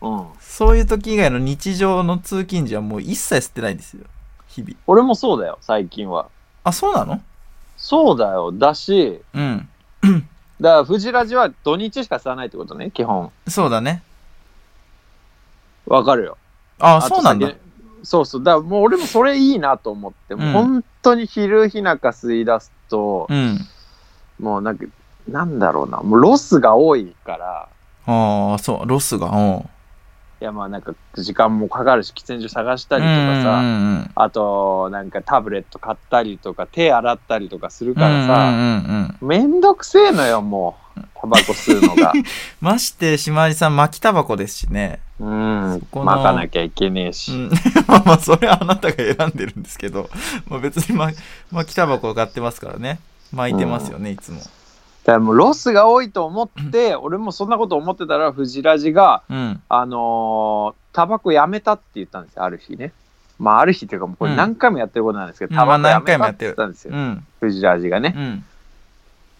S2: うん。
S3: そういう時以外の日常の通勤時はもう一切吸ってないんですよ。日々。
S2: 俺もそうだよ、最近は。
S3: あ、そうなの
S2: そうだよ。だし、
S3: うん。
S2: だから、藤ラジは土日しか吸わないってことね、基本。
S3: そうだね。
S2: わかるよ。
S3: あ、
S2: と
S3: そうなんだ
S2: 酒。そうそう。だからもう俺もそれいいなと思って、もううん本当に昼日中吸い出すと
S3: う、ん。
S2: もうなんか、なんだろうな、もうロスが多いから、
S3: ああ、そう、ロスが。うん。
S2: いやまあなんか時間もかかるし、喫煙所探したりとかさ、
S3: うんうん
S2: あとなんかタブレット買ったりとか、手洗ったりとかする
S3: うん。
S2: から
S3: うん
S2: さ、
S3: うんうんうん
S2: めんどくせえのよ、もう。タバコ吸うの が。
S3: まして、島地さん、巻きタバコですしね。
S2: うん。
S3: この
S2: 巻かなきゃいけねえ
S3: う
S2: し。
S3: んまあまあ、それはあなたが選んでるんですけど、まあ別にま、巻きタバコを買ってますからね。巻いてますよね、いつも。
S2: だからもうロスが多いと思って、俺もそんなこと思ってたら、藤ラジが、
S3: うん。
S2: あのータバコやめたって言ったんですよ、ある日ね。まあ、ある日というか、もうこれ何回もやってることなんですけど、
S3: うん
S2: タバコ
S3: まあ
S2: や
S3: 何回
S2: めた
S3: もや
S2: っ
S3: ってて
S2: 言
S3: る
S2: ったんですよ
S3: う、ん。
S2: 藤ラジがね
S3: う。ん。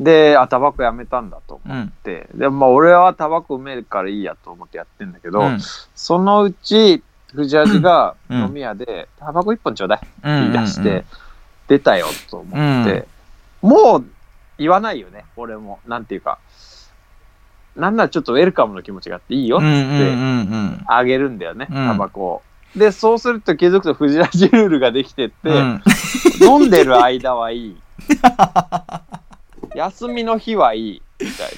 S2: で、あ、タバコやめたんだと思
S3: うん。
S2: って。で、まあ、俺はタバコ埋めるからいいやと思ってやってんだけど、
S3: うん
S2: そのうち、藤ラジが
S3: うん
S2: 飲み屋で、タバコ一本ちょうだいって言い出し
S3: うんうん
S2: て、出たよと思って、もう言わないよね、俺も。なんていうか。なんならちょっとウェルカムの気持ちがあっていいよ
S3: うんうんうん
S2: あげるんだよね、
S3: うん
S2: タバコを。で、そうすると気づくと藤ラジルールができてって、
S3: うん。
S2: 飲んでる間はい い。休みの日はいい。みたい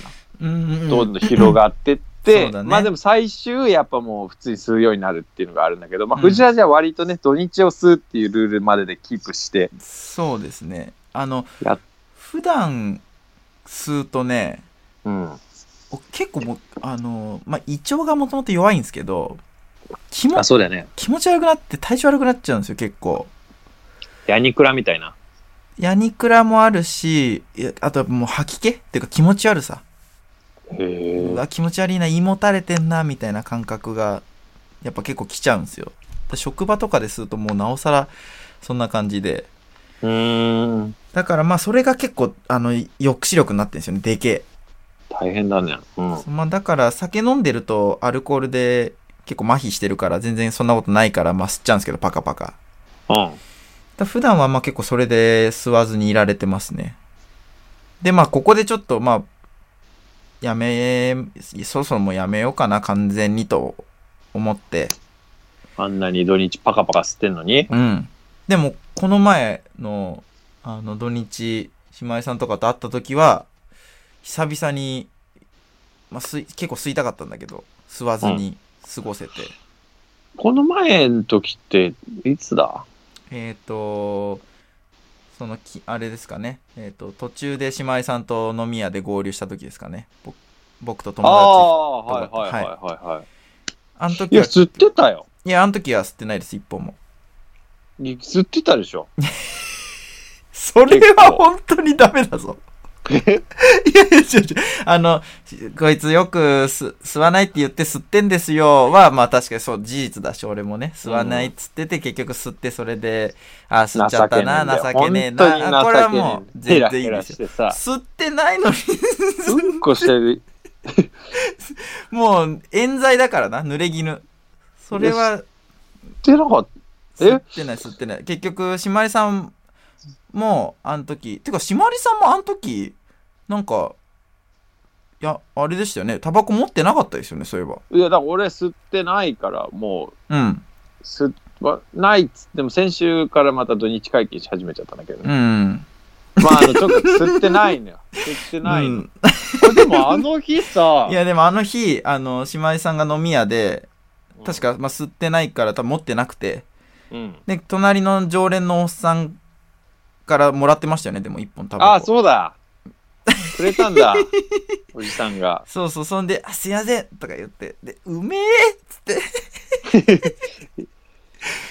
S3: うんうん
S2: な。どんどん広がってって、
S3: そうだね
S2: まあでも最終やっぱもう普通に吸うようになるっていうのがあるんだけど、まあ
S3: うん
S2: 藤ラジは割とね、土日を吸うっていうルールまででキープして、
S3: そうですね。あの
S2: や、
S3: 普段吸うとね、
S2: うん。
S3: お結構もう、あの、まあ、胃腸がもともと弱いんですけど、気も
S2: あ、そうだよね。
S3: 気持ち悪くなって体調悪くなっちゃうんですよ、結構。
S2: ヤニクラみたいな。
S3: ヤニクラもあるし、いやあともう吐き気っていうか気持ち悪さ。う
S2: へえ。
S3: わ、気持ち悪いな、胃もたれてんな、みたいな感覚が、やっぱ結構来ちゃうんですよ。で職場とかでするともうなおさら、そんな感じで。
S2: うーん。
S3: だからまあ、それが結構、あの、抑止力になってるんですよね、でけ
S2: 大変だね。うん。
S3: え。まあ、だから酒飲んでるとアルコールで結構麻痺してるから、全然そんなことないから、まあ、吸っちゃうんですけど、パカパカ。だか
S2: うん。
S3: ら普段はまあ結構それで吸わずにいられてますね。で、まあ、ここでちょっと、まあ、やめ、そろそろもうやめようかな、完全にと思って、
S2: あんなに土日パカパカ吸ってんのに。
S3: うん。でも、この前の、あの、土日、姉妹さんとかと会った時は、久々に、まあ、吸い結構吸いたかったんだけど、吸わずに過ごせて。
S2: この前の時って、いつだ
S3: えっ、と、そのき、あれですかね。えっ、と、途中で姉妹さんと飲み屋で合流した時ですかね。ぼ僕と友
S2: あ
S3: 達。あ
S2: あ、はいはいはいはいはい。
S3: の
S2: い
S3: 時
S2: や、
S3: は、
S2: 吸ってたよ。
S3: いや、あの時は吸ってないです、一本も。
S2: 吸ってたで しょ。
S3: それ
S2: 結
S3: は
S2: 構
S3: 本当にダメだぞ。いやいや、ちょちょ、あの、しこいつよくす吸わないって言って吸ってんですよは、まあ確かにそう、事実だし、俺もね、吸わないっつってて、結局吸って、それで、あ、吸っちゃったな、情けねえ
S2: 本当に情けねえんだ
S3: な。
S2: よ
S3: あこれはも
S2: ヘ
S3: う、全
S2: ラ
S3: 然い
S2: ヘ
S3: いで
S2: ラ
S3: す
S2: し
S3: よ。
S2: てさ、
S3: 吸ってないのに、
S2: うんこしてる。
S3: もう、冤罪だからな、濡れ衣。それは、
S2: 吸ってなかっえ
S3: 吸ってない、吸ってない。結局、しまりさんも、あの時、てか、しまりさんもあの時、なんか、いやあれでしたよねタバコ持ってなかったですよねそういえば
S2: いや、だから俺吸ってないから、も
S3: うん
S2: う、吸わないっつっても、先週からまた土日会見し始めちゃったんだけど、ね
S3: うん
S2: まあ、あの、ちょっと吸ってない のよ。吸ってないの。
S3: うん
S2: これでもあの日さ、
S3: いやでもあの日あの姉妹さんが飲み屋で
S2: うん
S3: 確、か、まあ、吸ってないから多分持ってなくて
S2: うん。
S3: で隣の常連のおっさんからもらってましたよねでも1本タバコ
S2: ああ、そう だ。くれたんだ。おじさんが。
S3: そうそうそんで「あすいません」とか言って「でうめえ!」っつって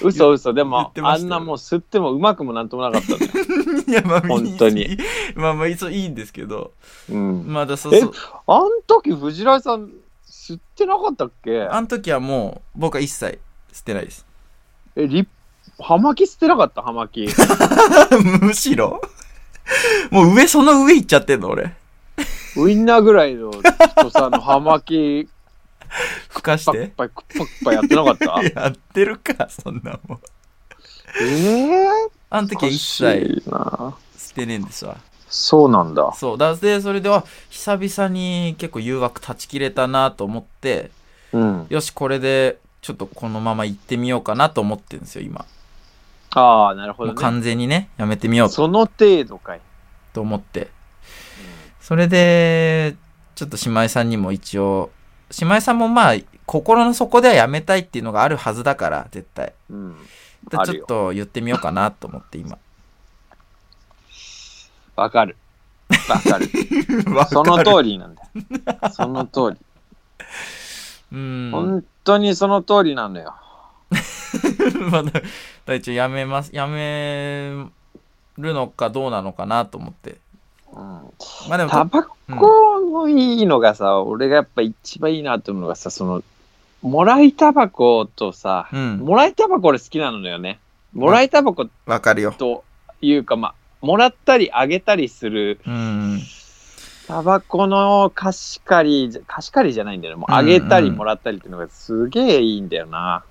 S2: 嘘嘘。で
S3: 言っ
S2: も
S3: て、ま
S2: あ
S3: したよ
S2: んなもう吸ってもうまくもなんともなかったん だよ。
S3: いやまあ
S2: 本当に
S3: いい まあまあいいそういいんですけど
S2: うん。
S3: まだそうそう
S2: あん時、藤井さん、吸ってなかったっけ
S3: あの時はもう僕は一切捨てないです
S2: え、リッ葉巻吸ってなかった葉巻。
S3: むしろもう上その上行っちゃってんの俺
S2: ウインナーぐらいの人さ、あの、葉巻、
S3: ふかし
S2: パ ッ
S3: て
S2: パイ、クッパッパイやってなかったえ
S3: やってるかそんなもん
S2: え
S3: あの時は一
S2: おか
S3: 切
S2: しいな
S3: 捨てねえんですわ
S2: そうなんだ。
S3: そうだでそれでは久々に結構誘惑断ち切れたなと思って
S2: うん。
S3: よしこれでちょっとこのまま行ってみようかなと思ってるんですよ今
S2: ああ、なるほ
S3: も
S2: ど、
S3: う
S2: ね。
S3: 完全にねやめてみよう
S2: その程度かい。
S3: と思ってそれでちょっと姉妹さんにも一応姉妹さんもまあ心の底ではやめたいっていうのがあるはずだから絶対
S2: うん。
S3: で
S2: あ
S3: ち
S2: る
S3: ょっ
S2: よ
S3: と言ってみようかなと思っ て今
S2: わかる。わか る。その通りなんだよ。その通り。
S3: りうん
S2: 本当にその通りなのよ。
S3: まだだ一応やめますやめるのかどうなのかなと思って
S2: うん。
S3: まあでも
S2: タバコのいいのがさ、俺がやっぱ一番いいなと思うのがさ、その、もらいタバコとさ、
S3: うん
S2: もらいタバコ俺好きなのよね。もらいタバコ
S3: わかるよ
S2: というか、まあ、もらったりあげたりする、
S3: うん
S2: タバコの貸し借りじゃ、貸し借りじゃないんだよね。もうあげた
S3: う
S2: り
S3: んうん
S2: もらったりっていうのがすげえいいんだよな。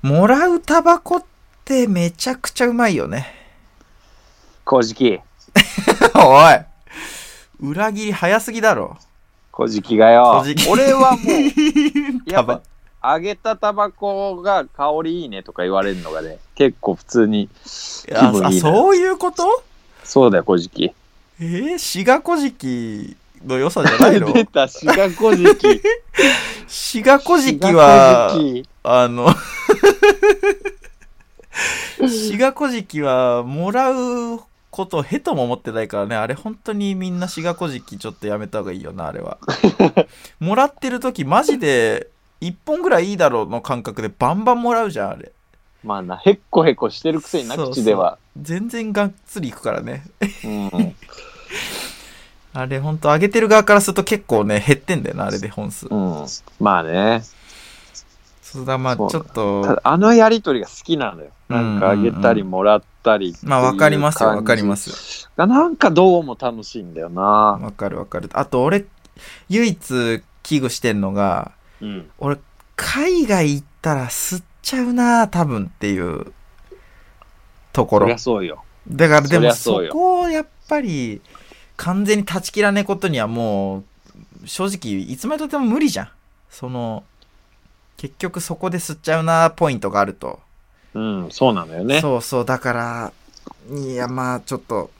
S3: もらうタバコってめちゃくちゃうまいよね
S2: こじき、
S3: おい裏切り早すぎだろ
S2: こじきがよ
S3: こじき。
S2: 俺はも う、や
S3: タ
S2: っ
S3: バ
S2: ぱ、あげたタバコが香りいいねとか言われるのがね、結構普通に気
S3: あ
S2: 分
S3: あ
S2: いいね。
S3: そういうこと
S2: そうだよ、こじき。
S3: えー、シガコジキの良さじゃな いの
S2: 出た、シガこじ き。
S3: シガコジキは
S2: シガ、こじき
S3: あの、シガコジキはもらうことをへとも思ってないからね、あれ本当にみんなシガコジキちょっとやめた方がいいよな、あれ は。もらってる時マジで1本ぐらいいいだろうの感覚でバンバンもらうじゃん、あれ。
S2: まあな、へっこへこしてるくせにな、
S3: そうそう
S2: 口では。
S3: 全然がっつりいくからね。
S2: うん。
S3: あれ本当上げてる側からすると結構ね、減ってんだよな、あれで本数。
S2: うん。まあね。
S3: そうだ、まあち
S2: そう
S3: ょっと。
S2: ただあのやりとりが好きなのよ。
S3: うんう
S2: なん
S3: うん
S2: んかあげたりもらったり。
S3: まあわかりますよ、わかりますす。
S2: がなんかどうも楽しいんだよな。
S3: わかるわかる。あと俺、唯一危惧してんのが、
S2: うん。
S3: 俺、海外行ったら吸っちゃうな、多分っていうとこ
S2: そり
S3: ろ
S2: ゃ。そうよ。
S3: だからで
S2: そり
S3: も
S2: ゃそ
S3: そう
S2: よ
S3: こをやっぱり完全に断ち切らないことにはもう、正直いつまでとっても無理じゃん。その、結局そこで吸っちゃうな、ポイントがあると。
S2: うん、そうなのよね。
S3: そうそう、だから、いや、まあ、ちょっと、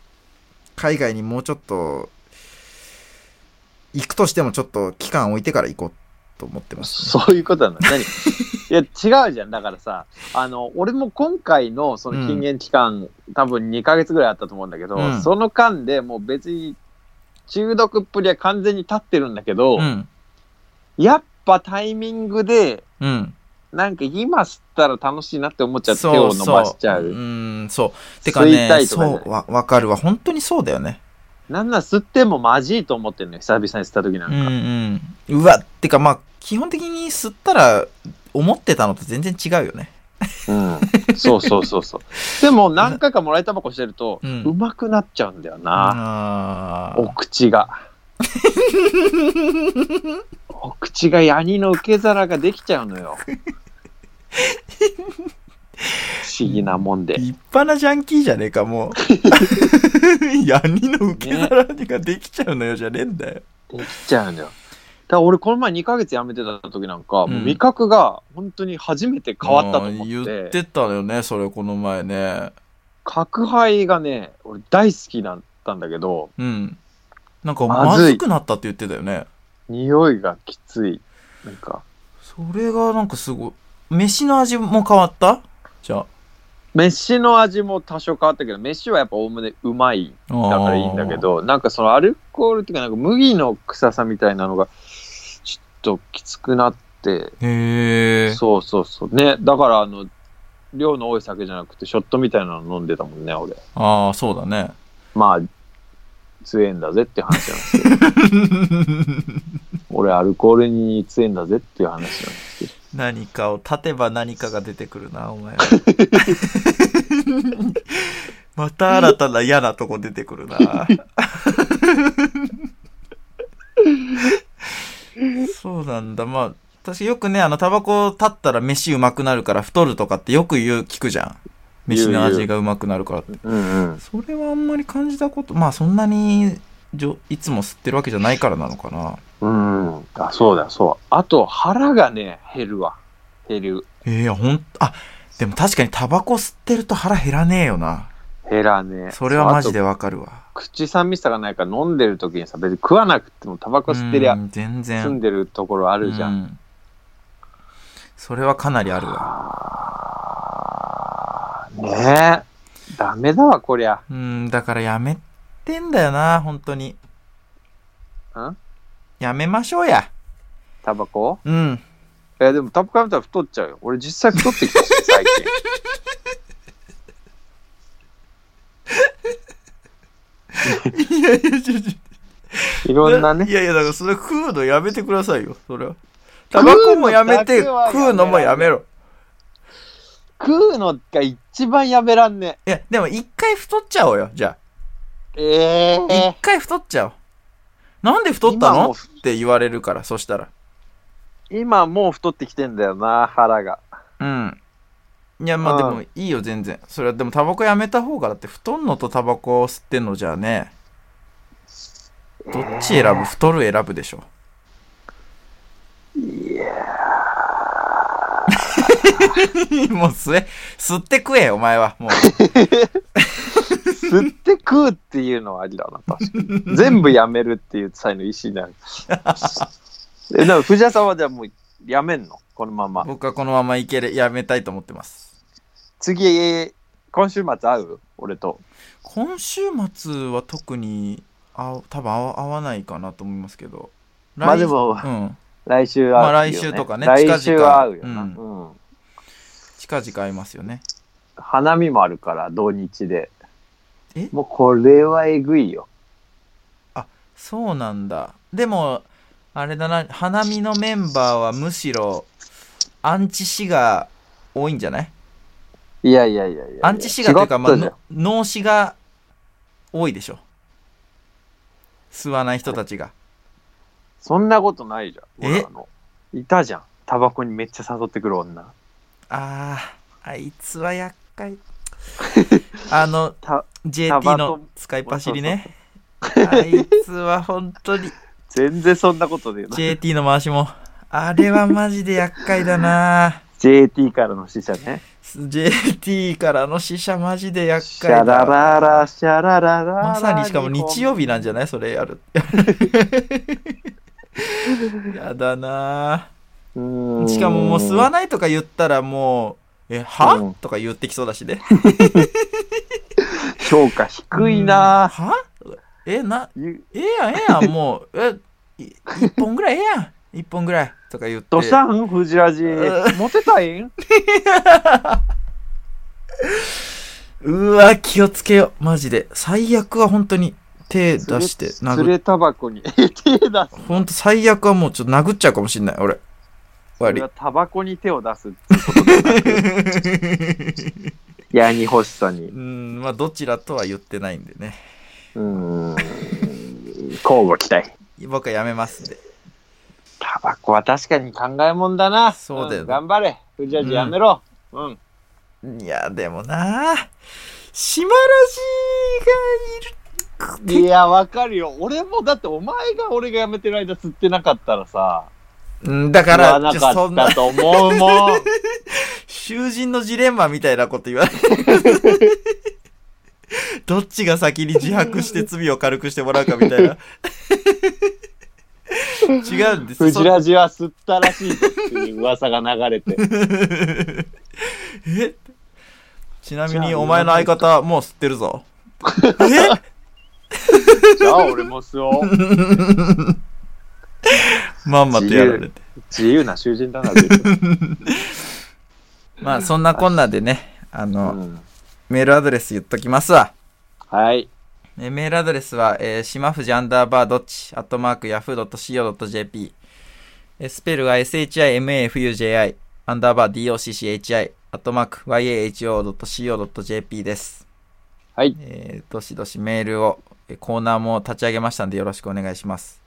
S3: 海外にもうちょっと、行くとしてもちょっと期間置いてから行こうと思ってます、ね。
S2: そういうことなの。 何いや、違うじゃん。だからさ、あの、俺も今回のその禁煙期間、多分2ヶ月ぐらいあったと思うんだけど、
S3: うん
S2: その間でもう別に中毒っぷりは完全に立ってるんだけど、
S3: うん。
S2: やっぱタイミングで、
S3: うん。
S2: なんか今吸ったら楽しいなって思っちゃって手
S3: そ
S2: を
S3: う
S2: 伸
S3: そう。
S2: ばしちゃう。
S3: うん、そう。てかね
S2: 吸いた、いとかじゃな
S3: そ、
S2: いう
S3: わ、わかるわ。本当にそうだよね。
S2: なんなら吸ってもマジいと思ってんのよ、久々に吸った時なんか。
S3: うん、うん。うわ、てかまあ、基本的に吸ったら、思ってたのと全然違うよね。
S2: うん。そうそうそうそう。でも何回かもらいタバコしてると、
S3: う
S2: うんまくなっちゃうんだよな、
S3: あ
S2: お口が。お口がヤニの受け皿ができちゃうのよ。不思議なもんで。
S3: 立派なジャンキーじゃね えか、もう。ヤニの受け皿ができちゃうのよ、じゃねえんだよ。
S2: 切っちゃうんだよ。だから俺この前2ヶ月辞めてた時なんか、もう味覚が本当に初めて変わったと思っ、
S3: うん言っててたよねそれこの前ね
S2: 角杯がね、俺大好きだったんだけど、
S3: うんなんかま
S2: まずい
S3: ずくなったって言ってたよね
S2: 匂いがきつい。なんか、
S3: それがなんかすごい飯の味も変わったじゃあ
S2: 飯の味も多少変わったけど、飯はやっぱおおむねうまい
S3: だ
S2: だからいいんだけど、なんかそのアルコールっていうか、なんか麦の臭さみたいなのが、ちょっときつくなって、
S3: へえ
S2: そうそうそう。ね、だからあの、量の多い酒じゃなくて、ショットみたいなの飲んでたもんね、俺。
S3: ああそうだね
S2: まあ、強えんだぜっていう話 なんですけど、俺アルコールに強えんだぜっていう話なんですけど。
S3: 何かを立てば何かが出てくるなお前はまた新たな嫌なとこ出てくるなそうなんだまあ私よくねあのタバコ立ったら飯うまくなるから太るとかってよく言う聞くじゃん飯の味がうまくなるからって
S2: うんうん。
S3: それはあんまり感じたことまあそんなにじょいつも吸ってるわけじゃないからなのかな
S2: うんうん。あ、そうだ、そう。あと、腹がね、減るわ。減る。
S3: ええほんあでも確かにタバコ吸ってると腹減らねえよな
S2: 減らね。
S3: それはマジでわかるわ
S2: 口寂しさがないから飲んでる時にさ別に食わなくてもタバコ吸ってりゃ
S3: うん全然
S2: 住んでるところあるじゃん、
S3: うそれはかなりあるわ
S2: あーねえダメだわこりゃ
S3: うんだからやめてんだよな本当に
S2: ん
S3: やめましょうや
S2: タバコ
S3: うん
S2: いやでもタバコやめたら太っちゃうよ俺実際太ってきたし最近
S3: いやいやちょちょ
S2: いろんなね
S3: いやいやだからそれ食うのやめてくださいよそれはタバコもやめて
S2: 食うのだけは
S3: 食うのもやめろ
S2: 食うのが一番やめらんね
S3: いや、でも一回太っちゃおうよ、じゃ
S2: え
S3: あ。一、
S2: え
S3: 回太っちゃおう。なんで太った
S2: 今
S3: の
S2: も
S3: って言われるから、そしたら。
S2: 今もう太ってきてんだよな腹が
S3: うん。いや、まあで
S2: う
S3: もいいよ、全然。それは、でもタバコやめた方が、だって太んのとタバコを吸ってんのじゃあね、どっち選ぶ、太る選ぶでしょ。
S2: いや
S3: もう吸え、吸って食え、お前は。もう。
S2: 吸って食うっていうのはありだな、確かに。全部やめるっていう際の意思になる。 え、だから藤田さんはじゃあもうやめんのこのまま。
S3: 僕はこのままいける、やめたいと思ってます。
S2: 次、今週末会う俺と。
S3: 今週末は特に、あ多分合わ合わないかなと思いますけど。
S2: まあ
S3: 来
S2: でも
S3: うん。
S2: 来週会うよ、ね。
S3: まあ来週とかね
S2: 来週は会うよな。
S3: 近
S2: うん。
S3: 近々会いますよね。
S2: 花見もあるから、同日で
S3: え。
S2: もうこれはえぐいよ。
S3: そうなんだ。でも、あれだな、花見のメンバーはむしろ、アンチ死が多いんじゃない
S2: いやいやいやいや。
S3: アンチ死がっていうか、まあ、
S2: 仕事じゃん
S3: の脳死が多いでしょ。吸わない人たちが。
S2: そんなことないじゃん。
S3: え
S2: 俺あのいたじゃん。タバコにめっちゃ誘ってくる女。
S3: あー、あいつは厄介。あの
S2: た、タ
S3: JT
S2: バ
S3: の
S2: と
S3: 使いっ走りね。あいつは本当に、
S2: 全然そんなことでない。
S3: JT の回しも。あれはマジで厄介だな。
S2: JT からの死者ね。
S3: JT からの死者マジで厄
S2: シ
S3: 介
S2: ャラ
S3: だ。
S2: ララ、シャララララ。
S3: まさにしかも日曜日なんじゃ
S2: ない
S3: ないそれやる。 やだなぁしかももう吸わないとか言ったらもう、え、は、
S2: うん
S3: とか言ってきそうだしね。
S2: 評価低いなぁ。
S3: ぁ。はえ、な、
S2: ゆ
S3: ええやん、ええやん、もう、え、い一本ぐらいええやん。一本ぐらいとか言って。
S2: どしたんフジラジ
S3: う。
S2: モテたいん
S3: うわ、気をつけよう。マジで。最悪は本当に手出して殴
S2: す
S3: っ
S2: れタバ コに。手出す。
S3: ほんと最悪はもうちょっと殴っちゃうかもしんない、俺。
S2: そ
S3: 悪
S2: れ
S3: い
S2: は。タバコに手を出すってことだ。ヤニ欲しさ
S3: う
S2: に。
S3: ん、まあどちらとは言ってないんでね。
S2: うーん。交互期待。
S3: 僕はやめますんで。
S2: タバコは確かに考えもんだな。
S3: そうだよ
S2: ん頑張れ。フジラジやめろ。うん。
S3: いや、でもなあ島らしがいる、
S2: いや、わかるよ。俺も、だってお前が俺が辞めてる間吸ってなかったらさ、
S3: うんだか
S2: 言わ
S3: ら、
S2: な
S3: ちょ
S2: か
S3: そ
S2: っ
S3: んな
S2: た、と思う もん。
S3: 囚人のジレンマみたいなこと言われ る。どっちが先に自白して罪を軽くしてもらうかみたいな。違うんです
S2: フジラジは吸ったらしいぞっていう噂が流れ て。
S3: えちなみ
S2: じ
S3: に
S2: ゃあ
S3: お前の相方もう吸ってるぞ。 え
S2: じゃあ俺も吸おう。
S3: まんまとやられて。
S2: 自由な囚人だな、自分
S3: まあそんなこんなでね、あ
S2: う
S3: の、
S2: ん
S3: メールアドレス言っときますわ。
S2: はい。
S3: えーメールアドレスは、えー、しまふじアンダーバーどっち、アットマーク、ヤフー .co.jp。えースペルが shimafuji、アンダーバー docchi、アットマーク、yaho.co.jp です。
S2: はい。
S3: えーどしどしメールを、えーコーナーも立ち上げましたんでよろしくお願いします。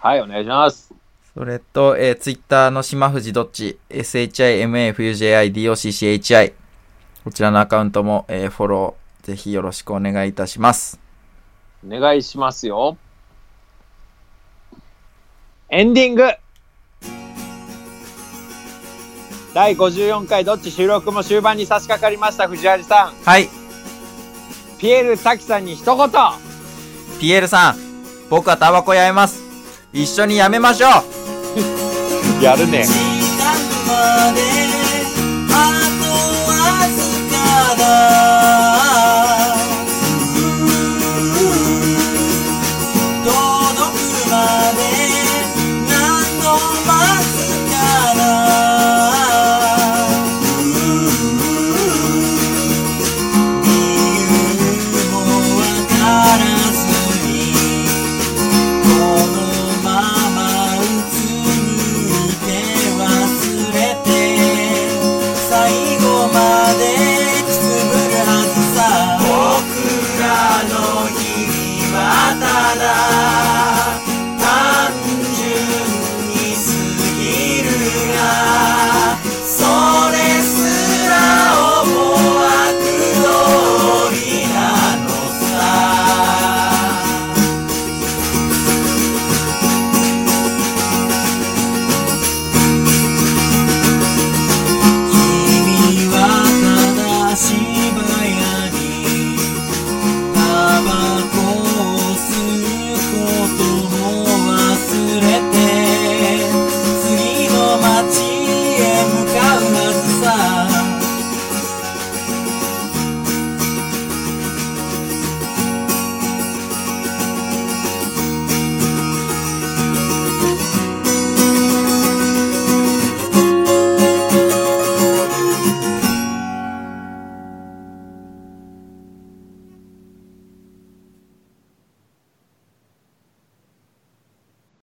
S2: はい、お願いします。
S3: それと、えー、ツイッターの島藤どっち、shimafujiDOCCHI、こちらのアカウントも、えーフォロー、ぜひよろしくお願いいたします。
S2: お願いしますよ。エンディング第54回どっち収録も終盤に差し掛かりました藤原さん
S3: はい、
S2: ピエール滝さんに一言
S3: ピエールさん、僕はタバコやめます。一緒にやめましょう
S2: やるね
S4: 時間まで